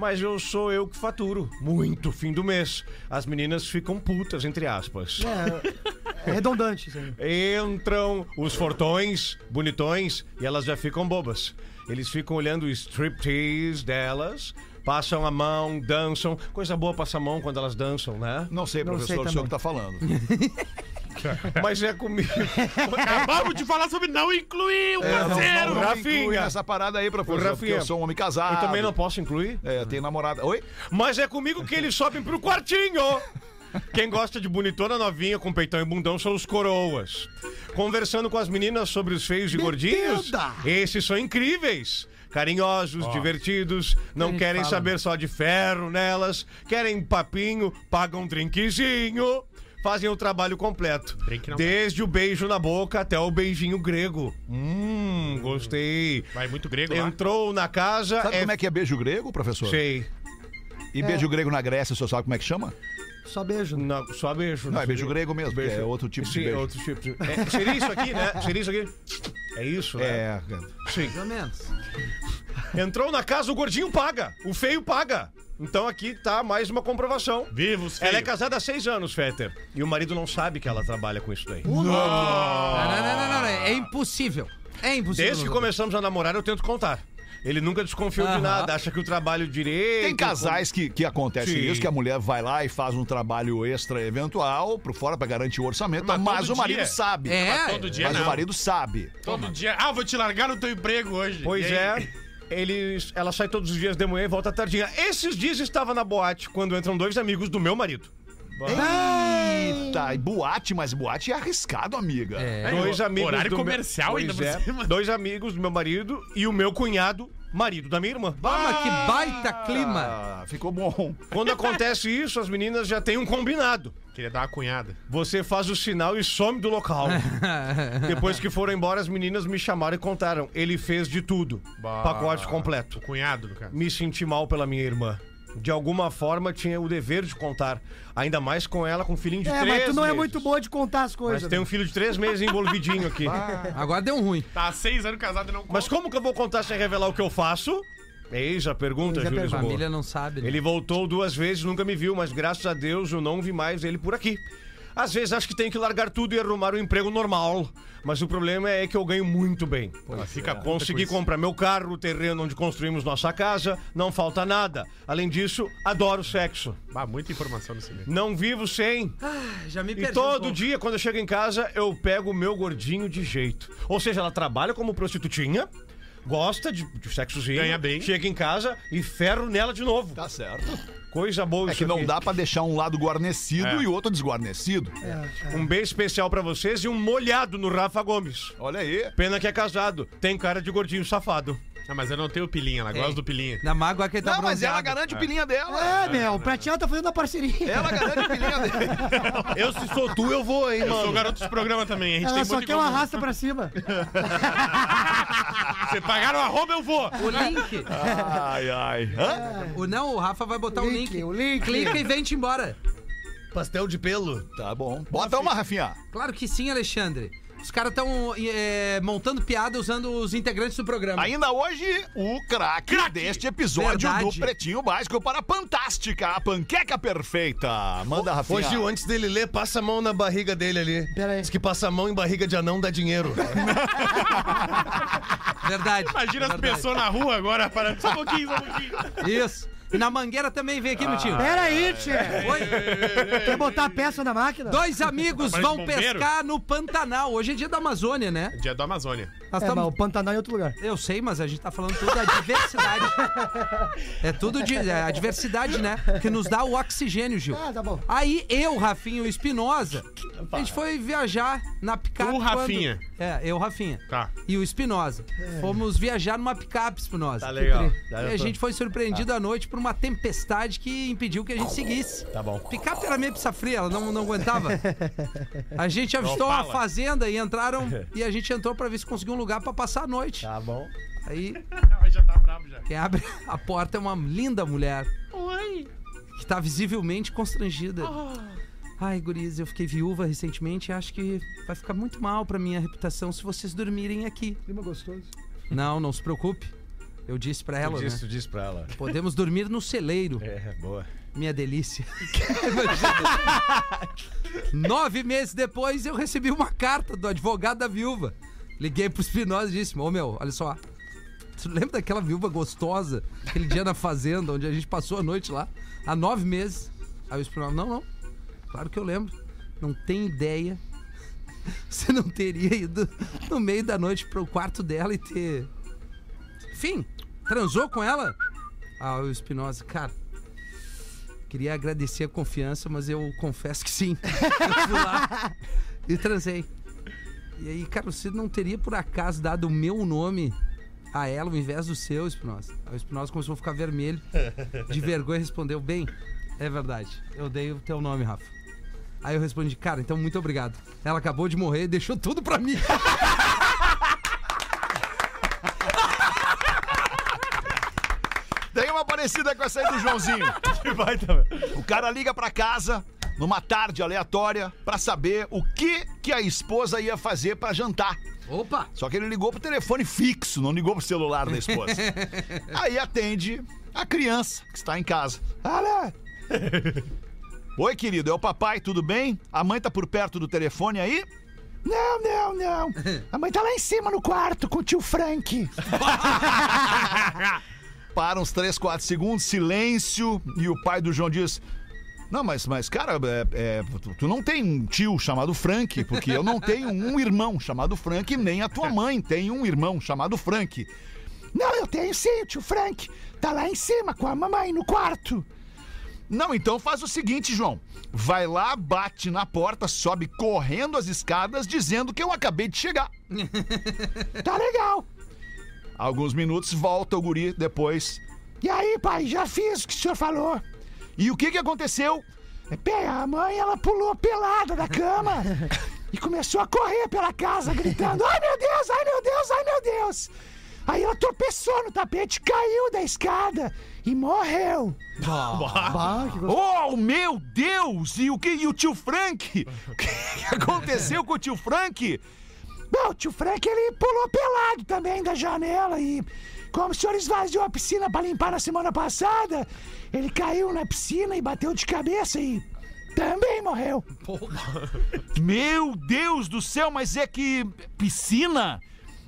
[SPEAKER 6] Mas eu sou eu que faturo. Muito fim do mês. As meninas ficam putas, entre aspas.
[SPEAKER 5] É redundante isso aí.
[SPEAKER 6] Entram os fortões, bonitões, e elas já ficam bobas. Eles ficam olhando o striptease delas, passam a mão, dançam. Coisa boa passar a mão quando elas dançam, né?
[SPEAKER 2] Não sei,
[SPEAKER 5] Não
[SPEAKER 2] professor,
[SPEAKER 5] sei
[SPEAKER 2] o senhor
[SPEAKER 5] também.
[SPEAKER 2] que tá falando.
[SPEAKER 6] Mas é comigo.
[SPEAKER 7] Acabamos de falar sobre não incluir o
[SPEAKER 2] Não,
[SPEAKER 7] parceiro.
[SPEAKER 2] não me inclui
[SPEAKER 6] Rafinha.
[SPEAKER 2] nessa parada aí, professor.
[SPEAKER 6] Ô, Rafinha.
[SPEAKER 2] Porque eu sou um homem casado.
[SPEAKER 6] Eu também não posso incluir?
[SPEAKER 2] É, eu tenho namorada. Oi?
[SPEAKER 6] Mas é comigo que eles sobem pro quartinho. Quem gosta de bonitona novinha com peitão e bundão são os coroas. Conversando com as meninas sobre os feios e gordinhos, esses são incríveis. Carinhosos, divertidos, não querem saber só de ferro nelas, querem papinho, pagam um drinkzinho, fazem o trabalho completo.
[SPEAKER 7] Drink não.
[SPEAKER 6] Desde o beijo na boca até o beijinho grego. Hum, gostei.
[SPEAKER 7] Vai muito grego lá.
[SPEAKER 6] Entrou na casa,
[SPEAKER 2] Sabe
[SPEAKER 6] é...
[SPEAKER 2] como é que é beijo grego, professor?
[SPEAKER 6] Sei.
[SPEAKER 2] E beijo grego na Grécia, o senhor sabe como é que chama?
[SPEAKER 5] Só beijo. né?
[SPEAKER 6] Não, só beijo.
[SPEAKER 2] Não, é
[SPEAKER 6] só
[SPEAKER 2] beijo grego mesmo, que é outro tipo de
[SPEAKER 6] Sim,
[SPEAKER 2] beijo.
[SPEAKER 6] outro tipo de- É, seria isso aqui, né? Seria isso aqui? É isso, né?
[SPEAKER 2] É.
[SPEAKER 6] Sim.
[SPEAKER 3] Pelo menos.
[SPEAKER 6] Entrou na casa, o gordinho paga. O feio paga. Então aqui tá mais uma comprovação.
[SPEAKER 7] Vivos,
[SPEAKER 6] Ela é
[SPEAKER 7] filho.
[SPEAKER 6] casada há seis anos, Fetter. E o marido não sabe que ela trabalha com isso daí.
[SPEAKER 3] Não, não, não, não, não, É impossível. É impossível.
[SPEAKER 6] Desde que começamos a namorar, eu tento contar. Ele nunca desconfiou de
[SPEAKER 3] Aham.
[SPEAKER 6] nada, acha que o trabalho direito.
[SPEAKER 2] Tem casais que, que acontecem
[SPEAKER 6] Sim.
[SPEAKER 2] isso, que a mulher vai lá e faz um trabalho extra eventual pro fora pra garantir o orçamento, mas,
[SPEAKER 7] Mas
[SPEAKER 2] o
[SPEAKER 7] todo
[SPEAKER 2] marido
[SPEAKER 7] dia.
[SPEAKER 2] sabe.
[SPEAKER 3] É.
[SPEAKER 7] Mas todo dia
[SPEAKER 2] mas
[SPEAKER 7] não.
[SPEAKER 2] o marido sabe.
[SPEAKER 7] Todo dia. Ah, vou te largar no teu emprego hoje.
[SPEAKER 6] Pois
[SPEAKER 7] E aí?
[SPEAKER 6] é. Eles, ela sai todos os dias de manhã e volta à tardinha. Esses dias estava na boate quando entram dois amigos do meu marido.
[SPEAKER 2] Eita, e boate, mas boate é arriscado, amiga.
[SPEAKER 7] É,
[SPEAKER 6] Dois
[SPEAKER 7] o-
[SPEAKER 6] amigos.
[SPEAKER 7] Horário
[SPEAKER 6] do meu-
[SPEAKER 7] comercial
[SPEAKER 6] Pois
[SPEAKER 7] ainda por
[SPEAKER 6] é.
[SPEAKER 7] cima. né?
[SPEAKER 6] Dois amigos do meu marido e o meu cunhado, marido da minha irmã.
[SPEAKER 3] Vamos, que baita clima.
[SPEAKER 2] Ah, ficou bom.
[SPEAKER 6] Quando acontece isso, as meninas já têm um combinado.
[SPEAKER 7] Queria dar uma cunhada.
[SPEAKER 6] Você faz o sinal e some do local. Depois que foram embora, as meninas me chamaram e contaram. Ele fez de tudo.
[SPEAKER 7] Bah.
[SPEAKER 6] Pacote completo.
[SPEAKER 7] O cunhado do cara.
[SPEAKER 6] Me senti mal pela minha irmã. de alguma forma, tinha o dever de contar. Ainda mais com ela, com um filhinho de
[SPEAKER 5] É,
[SPEAKER 6] três
[SPEAKER 5] mas tu não é
[SPEAKER 6] meses.
[SPEAKER 5] muito boa né? de contar as
[SPEAKER 6] Mas
[SPEAKER 5] coisas.
[SPEAKER 6] tem um filho de três meses envolvidinho aqui.
[SPEAKER 3] Agora deu um ruim.
[SPEAKER 7] Tá há seis anos casado e não
[SPEAKER 6] Mas como que eu vou contar sem revelar o que eu faço? Eis a pergunta,
[SPEAKER 5] Eis a
[SPEAKER 6] Júlio
[SPEAKER 5] pergunta.
[SPEAKER 6] Lisboa.
[SPEAKER 3] Família não sabe. né?
[SPEAKER 6] Ele voltou duas vezes, nunca me viu, mas graças a Deus eu não vi mais ele por aqui. Às vezes acho que tem que largar tudo e arrumar um emprego normal, mas o problema é que eu ganho muito bem.
[SPEAKER 7] Ela
[SPEAKER 5] é,
[SPEAKER 7] fica puta
[SPEAKER 6] Consegui
[SPEAKER 7] com isso.
[SPEAKER 6] comprar meu carro, o terreno onde construímos nossa casa, não falta nada. Além disso, adoro sexo.
[SPEAKER 7] Bah, muita informação no cinema.
[SPEAKER 6] Não vivo sem.
[SPEAKER 3] Já me
[SPEAKER 6] E
[SPEAKER 3] perdi. um
[SPEAKER 6] todo
[SPEAKER 3] pouco.
[SPEAKER 6] dia, quando eu chego em casa, eu pego o meu gordinho de jeito. Ou seja, ela trabalha como prostitutinha, gosta de, de sexozinho,
[SPEAKER 7] Ganha bem.
[SPEAKER 6] chega em casa e ferro nela de novo.
[SPEAKER 2] Tá certo.
[SPEAKER 6] Coisa
[SPEAKER 2] É
[SPEAKER 6] boa isso
[SPEAKER 2] que não
[SPEAKER 6] aqui.
[SPEAKER 2] dá pra deixar um lado guarnecido
[SPEAKER 7] É.
[SPEAKER 2] e outro desguarnecido.
[SPEAKER 6] Um beijo especial pra vocês e um molhado no Rafa Gomes.
[SPEAKER 2] Olha aí.
[SPEAKER 6] Pena que é casado, tem cara de gordinho safado.
[SPEAKER 7] Ah, mas eu não tenho pilinha, ela gosta do pilinha.
[SPEAKER 3] Na mágoa que ele tá
[SPEAKER 2] não, mas ela
[SPEAKER 3] bronzeado.
[SPEAKER 2] garante o pilinha dela.
[SPEAKER 5] É, meu, o Pratinha tá fazendo a parceria.
[SPEAKER 2] Ela garante o pilinha dela.
[SPEAKER 6] Eu, se sou tu, eu vou, hein,
[SPEAKER 7] Eu sou
[SPEAKER 6] mano.
[SPEAKER 7] garoto dos programa também, a gente
[SPEAKER 5] Ela
[SPEAKER 7] tem
[SPEAKER 5] só
[SPEAKER 7] muito em
[SPEAKER 5] quer uma
[SPEAKER 7] comum.
[SPEAKER 5] raça pra cima.
[SPEAKER 7] Você pagaram a roupa, eu vou!
[SPEAKER 3] O link.
[SPEAKER 2] Ai, ai. Hã?
[SPEAKER 3] O, não, o Rafa vai botar Tá o link.
[SPEAKER 5] o link.
[SPEAKER 3] Clica e vem-te embora.
[SPEAKER 4] Pastel de pelo.
[SPEAKER 2] Tá bom. Bota uma, Rafinha.
[SPEAKER 3] Claro que sim, Alexandre. Os caras estão montando piada usando os integrantes do programa.
[SPEAKER 2] Ainda hoje, o craque deste episódio
[SPEAKER 3] Verdade.
[SPEAKER 2] do Pretinho Básico para a Fantástica, a panqueca perfeita. Manda,
[SPEAKER 6] Ah,
[SPEAKER 2] Rafinha.
[SPEAKER 4] Ô, Gil, antes dele ler, passa a mão na barriga dele ali.
[SPEAKER 5] Pera aí.
[SPEAKER 4] Diz que passa a mão em barriga de anão dá dinheiro.
[SPEAKER 3] Verdade.
[SPEAKER 7] Imagina as
[SPEAKER 3] Verdade.
[SPEAKER 7] pessoas na rua agora parando. Só um pouquinho, só um pouquinho.
[SPEAKER 3] Isso. E na mangueira também vem aqui, meu tio.
[SPEAKER 7] Ah.
[SPEAKER 5] Pera aí, tchê.
[SPEAKER 3] Oi?
[SPEAKER 5] Quer botar a peça na máquina?
[SPEAKER 3] Dois amigos
[SPEAKER 7] Parece
[SPEAKER 3] vão
[SPEAKER 7] bombeiro.
[SPEAKER 3] pescar no Pantanal. Hoje é dia da Amazônia, né?
[SPEAKER 7] Dia da Amazônia.
[SPEAKER 3] Nós
[SPEAKER 5] É,
[SPEAKER 3] tamo-
[SPEAKER 5] mas o Pantanal é em outro lugar.
[SPEAKER 3] Eu sei, mas a gente tá falando tudo da diversidade. é tudo de, é a diversidade, né? Que nos dá o oxigênio, Gil.
[SPEAKER 5] Ah, tá bom.
[SPEAKER 3] Aí eu, Rafinha e o Espinosa, a gente foi viajar na picape.
[SPEAKER 7] Tu,
[SPEAKER 3] quando-
[SPEAKER 7] Rafinha.
[SPEAKER 3] É, eu, Rafinha.
[SPEAKER 7] Tá.
[SPEAKER 3] E o Espinosa.
[SPEAKER 5] É.
[SPEAKER 3] Fomos viajar numa picape, Espinosa.
[SPEAKER 6] Tá legal.
[SPEAKER 5] tri.
[SPEAKER 6] Já
[SPEAKER 3] E a
[SPEAKER 6] tô-
[SPEAKER 3] gente foi
[SPEAKER 5] Ah.
[SPEAKER 3] surpreendido à noite por uma tempestade que impediu que a gente seguisse. Tá bom. Picape era meio pizza fria, ela não, não aguentava. A gente avistou uma
[SPEAKER 7] fala.
[SPEAKER 3] fazenda e entraram e a gente entrou pra ver se conseguiu um lugar pra passar a noite.
[SPEAKER 6] Tá bom.
[SPEAKER 3] Aí
[SPEAKER 7] Ah, já tá brabo já.
[SPEAKER 3] quem abre a porta é uma linda mulher. Oi. Que tá visivelmente constrangida.
[SPEAKER 7] Ah.
[SPEAKER 3] Ai, gurias, eu fiquei viúva recentemente e acho que vai ficar muito mal pra minha reputação se vocês dormirem aqui.
[SPEAKER 5] Clima gostoso.
[SPEAKER 3] Não, não se preocupe. Eu disse pra
[SPEAKER 7] Tá
[SPEAKER 3] ela,
[SPEAKER 6] Tu disse,
[SPEAKER 3] né?
[SPEAKER 6] tu disse pra ela.
[SPEAKER 3] Podemos dormir no celeiro.
[SPEAKER 6] É, boa.
[SPEAKER 3] Minha delícia. Nove meses depois, eu recebi uma carta do advogado da viúva. Liguei pro Espinosa e disse: Ô meu, olha só. Tu lembra daquela viúva gostosa, aquele dia na fazenda, onde a gente passou a noite lá? Há nove meses. Aí o Espinosa: Não, não. Claro que eu lembro. Não tem ideia. Você não teria ido no meio da noite pro quarto dela e ter. Enfim, transou com ela? Ah, o Espinosa, cara. Queria agradecer a confiança, mas eu confesso que sim. Eu fui lá e transei. E aí, cara, você não teria por acaso dado o meu nome a ela ao invés do seu, Espinosa? Aí o Espinosa começou a ficar vermelho, de vergonha, e respondeu: Bem, é verdade, eu dei o teu nome, Rafa. Aí eu respondi: Cara, então muito obrigado. Ela acabou de morrer e deixou tudo pra mim.
[SPEAKER 2] Tem uma parecida com essa aí do Joãozinho. O cara liga pra casa numa tarde aleatória pra saber o que que a esposa ia fazer pra jantar.
[SPEAKER 3] Opa!
[SPEAKER 2] Só que ele ligou pro telefone fixo, não ligou pro celular da esposa. Aí atende a criança que está em casa. Olha! Oi, querido, é o papai, tudo bem? A mãe tá por perto do telefone aí? Não, não, não. A mãe tá lá em cima no quarto com o tio Frank. Para uns 3, 4 segundos, silêncio, e o pai do João diz: Não, mas, mas cara, é- é, tu, tu não tem um tio chamado Frank, porque eu não tenho um irmão chamado Frank, nem a tua mãe tem um irmão chamado Frank. Não, eu tenho sim, o tio Frank. Tá lá em cima com a mamãe no quarto. Não, então faz o seguinte, João. Vai lá, bate na porta, sobe correndo as escadas, dizendo que eu acabei de chegar. tá legal. Alguns minutos volta o guri depois. E aí, pai, já fiz o que o senhor falou. E o que que aconteceu? Bem, a mãe, ela pulou pelada da cama e começou a correr pela casa, gritando: Ai meu Deus, ai meu Deus, ai meu Deus!
[SPEAKER 11] Aí ela tropeçou no tapete, caiu da escada e morreu.
[SPEAKER 2] Oh, meu Deus! E o que? E o tio Frank? O que aconteceu com o tio Frank?
[SPEAKER 11] Bom, o tio Frank ele pulou pelado também da janela e como o senhor esvaziou a piscina pra limpar na semana passada, ele caiu na piscina e bateu de cabeça e também morreu.
[SPEAKER 2] Meu Deus do céu, mas é que piscina?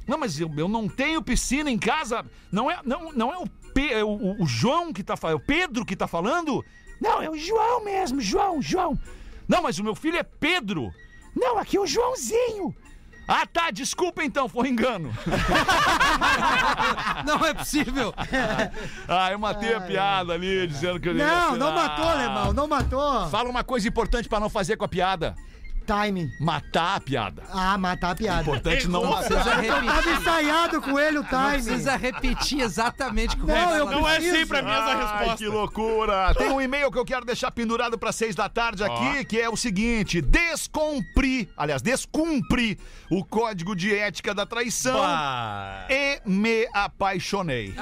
[SPEAKER 2] Não, mas eu, eu não tenho piscina em casa. Não é, não, não é o, Pe- é o- o João que tá falando, é o Pedro que tá falando?
[SPEAKER 11] Não, é o João mesmo, João, João.
[SPEAKER 2] Não, mas o meu filho é Pedro.
[SPEAKER 11] Não, aqui é o Joãozinho.
[SPEAKER 2] Ah, tá, desculpa então, foi um engano.
[SPEAKER 3] Não é possível.
[SPEAKER 2] Ah, eu matei a piada ali, dizendo que eu
[SPEAKER 5] Não,
[SPEAKER 2] ia-
[SPEAKER 5] não matou,
[SPEAKER 2] Ah.
[SPEAKER 5] alemão, não matou.
[SPEAKER 2] Fala uma coisa importante pra não fazer com a piada.
[SPEAKER 5] Timing.
[SPEAKER 2] Matar a piada.
[SPEAKER 5] Ah, matar a piada.
[SPEAKER 2] Importante não
[SPEAKER 3] Não precisa
[SPEAKER 5] Eu tava
[SPEAKER 3] repetir.
[SPEAKER 5] ensaiado com ele o
[SPEAKER 3] Não
[SPEAKER 5] timing.
[SPEAKER 3] precisa repetir exatamente como
[SPEAKER 5] Não,
[SPEAKER 3] ela
[SPEAKER 5] eu
[SPEAKER 3] falou.
[SPEAKER 7] Não é
[SPEAKER 5] Preciso.
[SPEAKER 7] sempre a mesma
[SPEAKER 2] Ai,
[SPEAKER 7] resposta.
[SPEAKER 2] que loucura! Tem um e-mail que eu quero deixar pendurado para seis da tarde aqui, que é o seguinte: descumpri, aliás, descumpri o código de ética da traição
[SPEAKER 7] Bah. Ah.
[SPEAKER 2] e me apaixonei.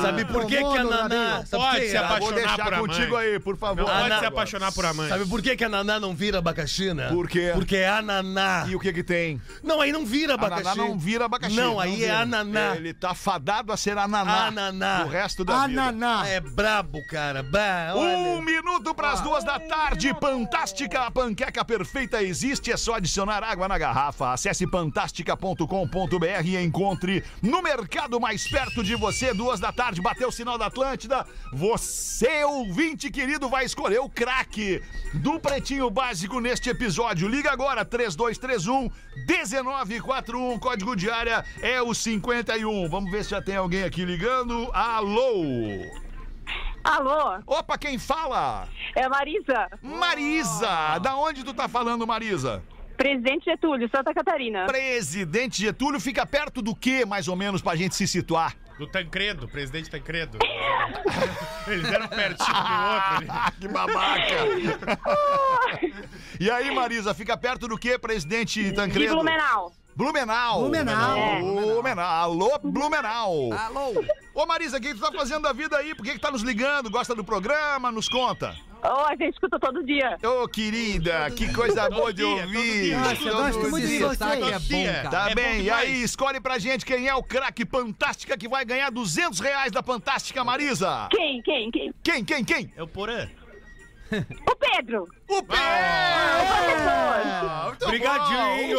[SPEAKER 4] Sabe por que, que a Naná. Sabe por
[SPEAKER 7] Pode
[SPEAKER 4] que-
[SPEAKER 7] Ah. se
[SPEAKER 2] Vou
[SPEAKER 7] apaixonar
[SPEAKER 2] deixar
[SPEAKER 7] por amante.
[SPEAKER 2] contigo aí, por favor.
[SPEAKER 7] Não pode
[SPEAKER 4] Ana-
[SPEAKER 7] se apaixonar por amante.
[SPEAKER 4] Sabe por que, que a Naná não vira abacaxina?
[SPEAKER 2] Por quê?
[SPEAKER 4] Porque é a Naná.
[SPEAKER 2] E o que que tem?
[SPEAKER 4] Não, aí não vira
[SPEAKER 2] Ananá
[SPEAKER 4] abacaxi.
[SPEAKER 2] não vira abacaxi.
[SPEAKER 4] Não, aí é
[SPEAKER 2] vira.
[SPEAKER 4] ananá.
[SPEAKER 2] Ele tá fadado a ser ananá.
[SPEAKER 4] Ananá.
[SPEAKER 2] O resto da vida.
[SPEAKER 5] Ananá.
[SPEAKER 4] Ah, é brabo, cara. Bah,
[SPEAKER 2] Um
[SPEAKER 4] olha.
[SPEAKER 2] minuto para as duas da tarde, Fantástica, a panqueca perfeita existe, é só adicionar água na garrafa. Acesse fantástica.com.br e encontre no mercado mais perto de você, duas da tarde, bateu o sinal da Atlântida. Você, ouvinte querido, vai escolher o craque do Pretinho Básico neste episódio. Liga agora, 3231 1941, código de área é o 51. Vamos ver se já tem alguém aqui ligando. Alô!
[SPEAKER 12] Alô,
[SPEAKER 2] Opa, quem fala?
[SPEAKER 12] é Marisa, Oh.
[SPEAKER 2] Marisa! Da onde tu tá falando, Marisa?
[SPEAKER 12] presidente Getúlio, Santa Catarina.
[SPEAKER 2] Presidente Getúlio fica perto do que, mais ou menos, pra gente se situar?
[SPEAKER 7] Do Tancredo, presidente Tancredo. Eles eram pertinho
[SPEAKER 4] Ah,
[SPEAKER 7] do outro. ali.
[SPEAKER 2] que babaca! e aí, Marisa, fica perto do que, presidente
[SPEAKER 12] de
[SPEAKER 2] Tancredo?
[SPEAKER 12] Blumenau.
[SPEAKER 2] Blumenau!
[SPEAKER 5] Blumenau.
[SPEAKER 12] É.
[SPEAKER 2] Blumenau. Alô, Blumenau!
[SPEAKER 3] Alô?
[SPEAKER 2] Ô, Marisa, o que que tu tá fazendo da vida aí? Por que que tá nos ligando? Gosta do programa? Nos conta.
[SPEAKER 12] Oh, a gente escuta todo dia.
[SPEAKER 2] Ô, querida, que coisa boa de
[SPEAKER 7] dia, todo
[SPEAKER 2] ouvir!
[SPEAKER 7] dia.
[SPEAKER 5] Nossa, eu
[SPEAKER 2] Todo
[SPEAKER 5] gosto Ah, muito de
[SPEAKER 3] Esse
[SPEAKER 2] dia.
[SPEAKER 3] sotaque é bom, cara.
[SPEAKER 2] Tá
[SPEAKER 7] É bom
[SPEAKER 2] bem, e
[SPEAKER 7] demais.
[SPEAKER 2] aí escolhe pra gente quem é o craque Fantástica que vai ganhar 200 reais da Fantástica, Marisa.
[SPEAKER 12] Quem, quem, quem?
[SPEAKER 2] Quem, quem, quem?
[SPEAKER 7] É o Porã.
[SPEAKER 12] O Pedro.
[SPEAKER 2] O Pedro!
[SPEAKER 6] Obrigadinho.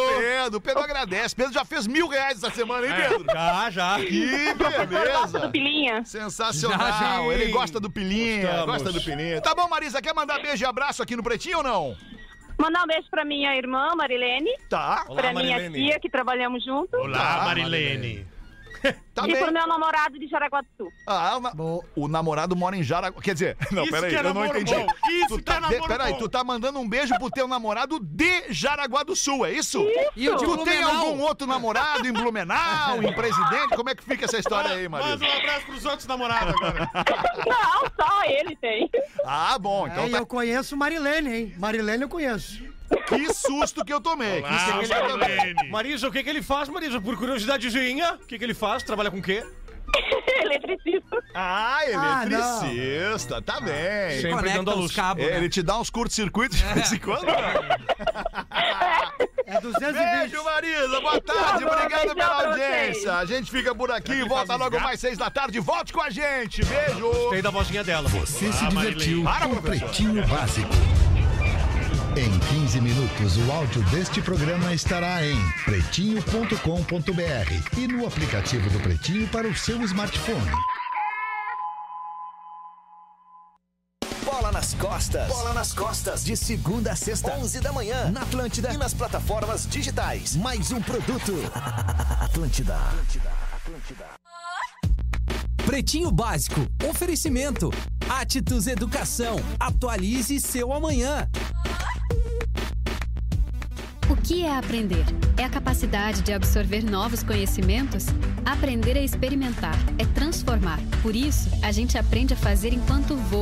[SPEAKER 2] Obrigadinho! O Pedro, o Pedro agradece. Pedro já fez mil reais essa semana, hein,
[SPEAKER 6] É.
[SPEAKER 7] É.
[SPEAKER 2] Pedro?
[SPEAKER 6] Já, já.
[SPEAKER 2] Que
[SPEAKER 12] Gosta do
[SPEAKER 2] beleza!
[SPEAKER 12] Pilinha.
[SPEAKER 2] Sensacional!
[SPEAKER 6] Já, já.
[SPEAKER 2] Ele gosta do pilinha,
[SPEAKER 6] Gostamos.
[SPEAKER 2] gosta do pilinha. Tá bom, Marisa, quer mandar beijo e abraço aqui no Pretinho ou não?
[SPEAKER 12] Mandar um beijo pra minha irmã, Marilene.
[SPEAKER 2] Tá,
[SPEAKER 6] Olá,
[SPEAKER 12] pra minha
[SPEAKER 6] Marilene.
[SPEAKER 12] tia, que trabalhamos juntos.
[SPEAKER 7] Olá,
[SPEAKER 2] Tá,
[SPEAKER 7] Marilene.
[SPEAKER 2] tá
[SPEAKER 12] e pro
[SPEAKER 2] bem.
[SPEAKER 12] meu namorado de Jaraguá do Sul.
[SPEAKER 2] Ah, o, na- o namorado mora em Jaraguá. Quer dizer, não,
[SPEAKER 7] Isso
[SPEAKER 2] peraí,
[SPEAKER 7] que é
[SPEAKER 2] eu não
[SPEAKER 7] namoro
[SPEAKER 2] entendi.
[SPEAKER 7] bom. Isso
[SPEAKER 2] tu
[SPEAKER 7] que
[SPEAKER 2] tá,
[SPEAKER 7] é namoro
[SPEAKER 2] peraí,
[SPEAKER 7] bom.
[SPEAKER 2] tu tá mandando um beijo pro teu namorado de Jaraguá do Sul, é isso?
[SPEAKER 3] E o de
[SPEAKER 2] Tu tem
[SPEAKER 3] Blumenau?
[SPEAKER 2] algum outro namorado em Blumenau, em Presidente? Como é que fica essa história aí,
[SPEAKER 7] Manda
[SPEAKER 2] Marisa?
[SPEAKER 7] um abraço pros outros namorados agora.
[SPEAKER 12] Não, só ele tem.
[SPEAKER 2] Ah, bom,
[SPEAKER 5] É,
[SPEAKER 2] então
[SPEAKER 5] e
[SPEAKER 2] tá.
[SPEAKER 5] eu conheço Marilene, hein? Marilene eu conheço.
[SPEAKER 2] Que susto que eu tomei. que
[SPEAKER 7] Ah,
[SPEAKER 2] susto que eu tomei.
[SPEAKER 7] Marilene.
[SPEAKER 6] Marisa, o que, que ele faz, Marisa? Por curiosidadezinha, o que, que ele faz? Trabalha com o quê?
[SPEAKER 12] Eletricista.
[SPEAKER 2] Ah,
[SPEAKER 5] Ah, não.
[SPEAKER 2] eletricista, tá bem.
[SPEAKER 6] Sempre
[SPEAKER 3] Conecta
[SPEAKER 6] dando a
[SPEAKER 3] os
[SPEAKER 6] luz.
[SPEAKER 3] cabos,
[SPEAKER 2] É,
[SPEAKER 3] né?
[SPEAKER 2] Ele te dá uns curtos-circuitos de vez em quando. né?
[SPEAKER 5] É 220.
[SPEAKER 2] Beijo, Marisa. Boa tarde.
[SPEAKER 12] Tá bom,
[SPEAKER 2] Obrigado
[SPEAKER 12] beijão
[SPEAKER 2] pela
[SPEAKER 12] pra vocês.
[SPEAKER 2] audiência. A gente fica por aqui e volta
[SPEAKER 7] faz uns
[SPEAKER 2] logo
[SPEAKER 7] gatos?
[SPEAKER 2] mais seis da tarde. Volte com a gente. Beijo.
[SPEAKER 6] Tem da vozinha dela.
[SPEAKER 9] Você se divertiu
[SPEAKER 2] Para,
[SPEAKER 9] com
[SPEAKER 2] professor.
[SPEAKER 9] Pretinho Básico. Em 15 minutos, o áudio deste programa estará em pretinho.com.br e no aplicativo do Pretinho para o seu smartphone.
[SPEAKER 11] Bola nas costas. Bola nas costas. De segunda a sexta, 11 da manhã, na Atlântida e nas plataformas digitais. Mais um produto. Atlântida.
[SPEAKER 3] Pretinho Básico. Oferecimento. Atitudes Educação. Atualize seu amanhã.
[SPEAKER 13] O que é aprender? É a capacidade de absorver novos conhecimentos? Aprender é experimentar, é transformar. Por isso, a gente aprende a fazer enquanto voa.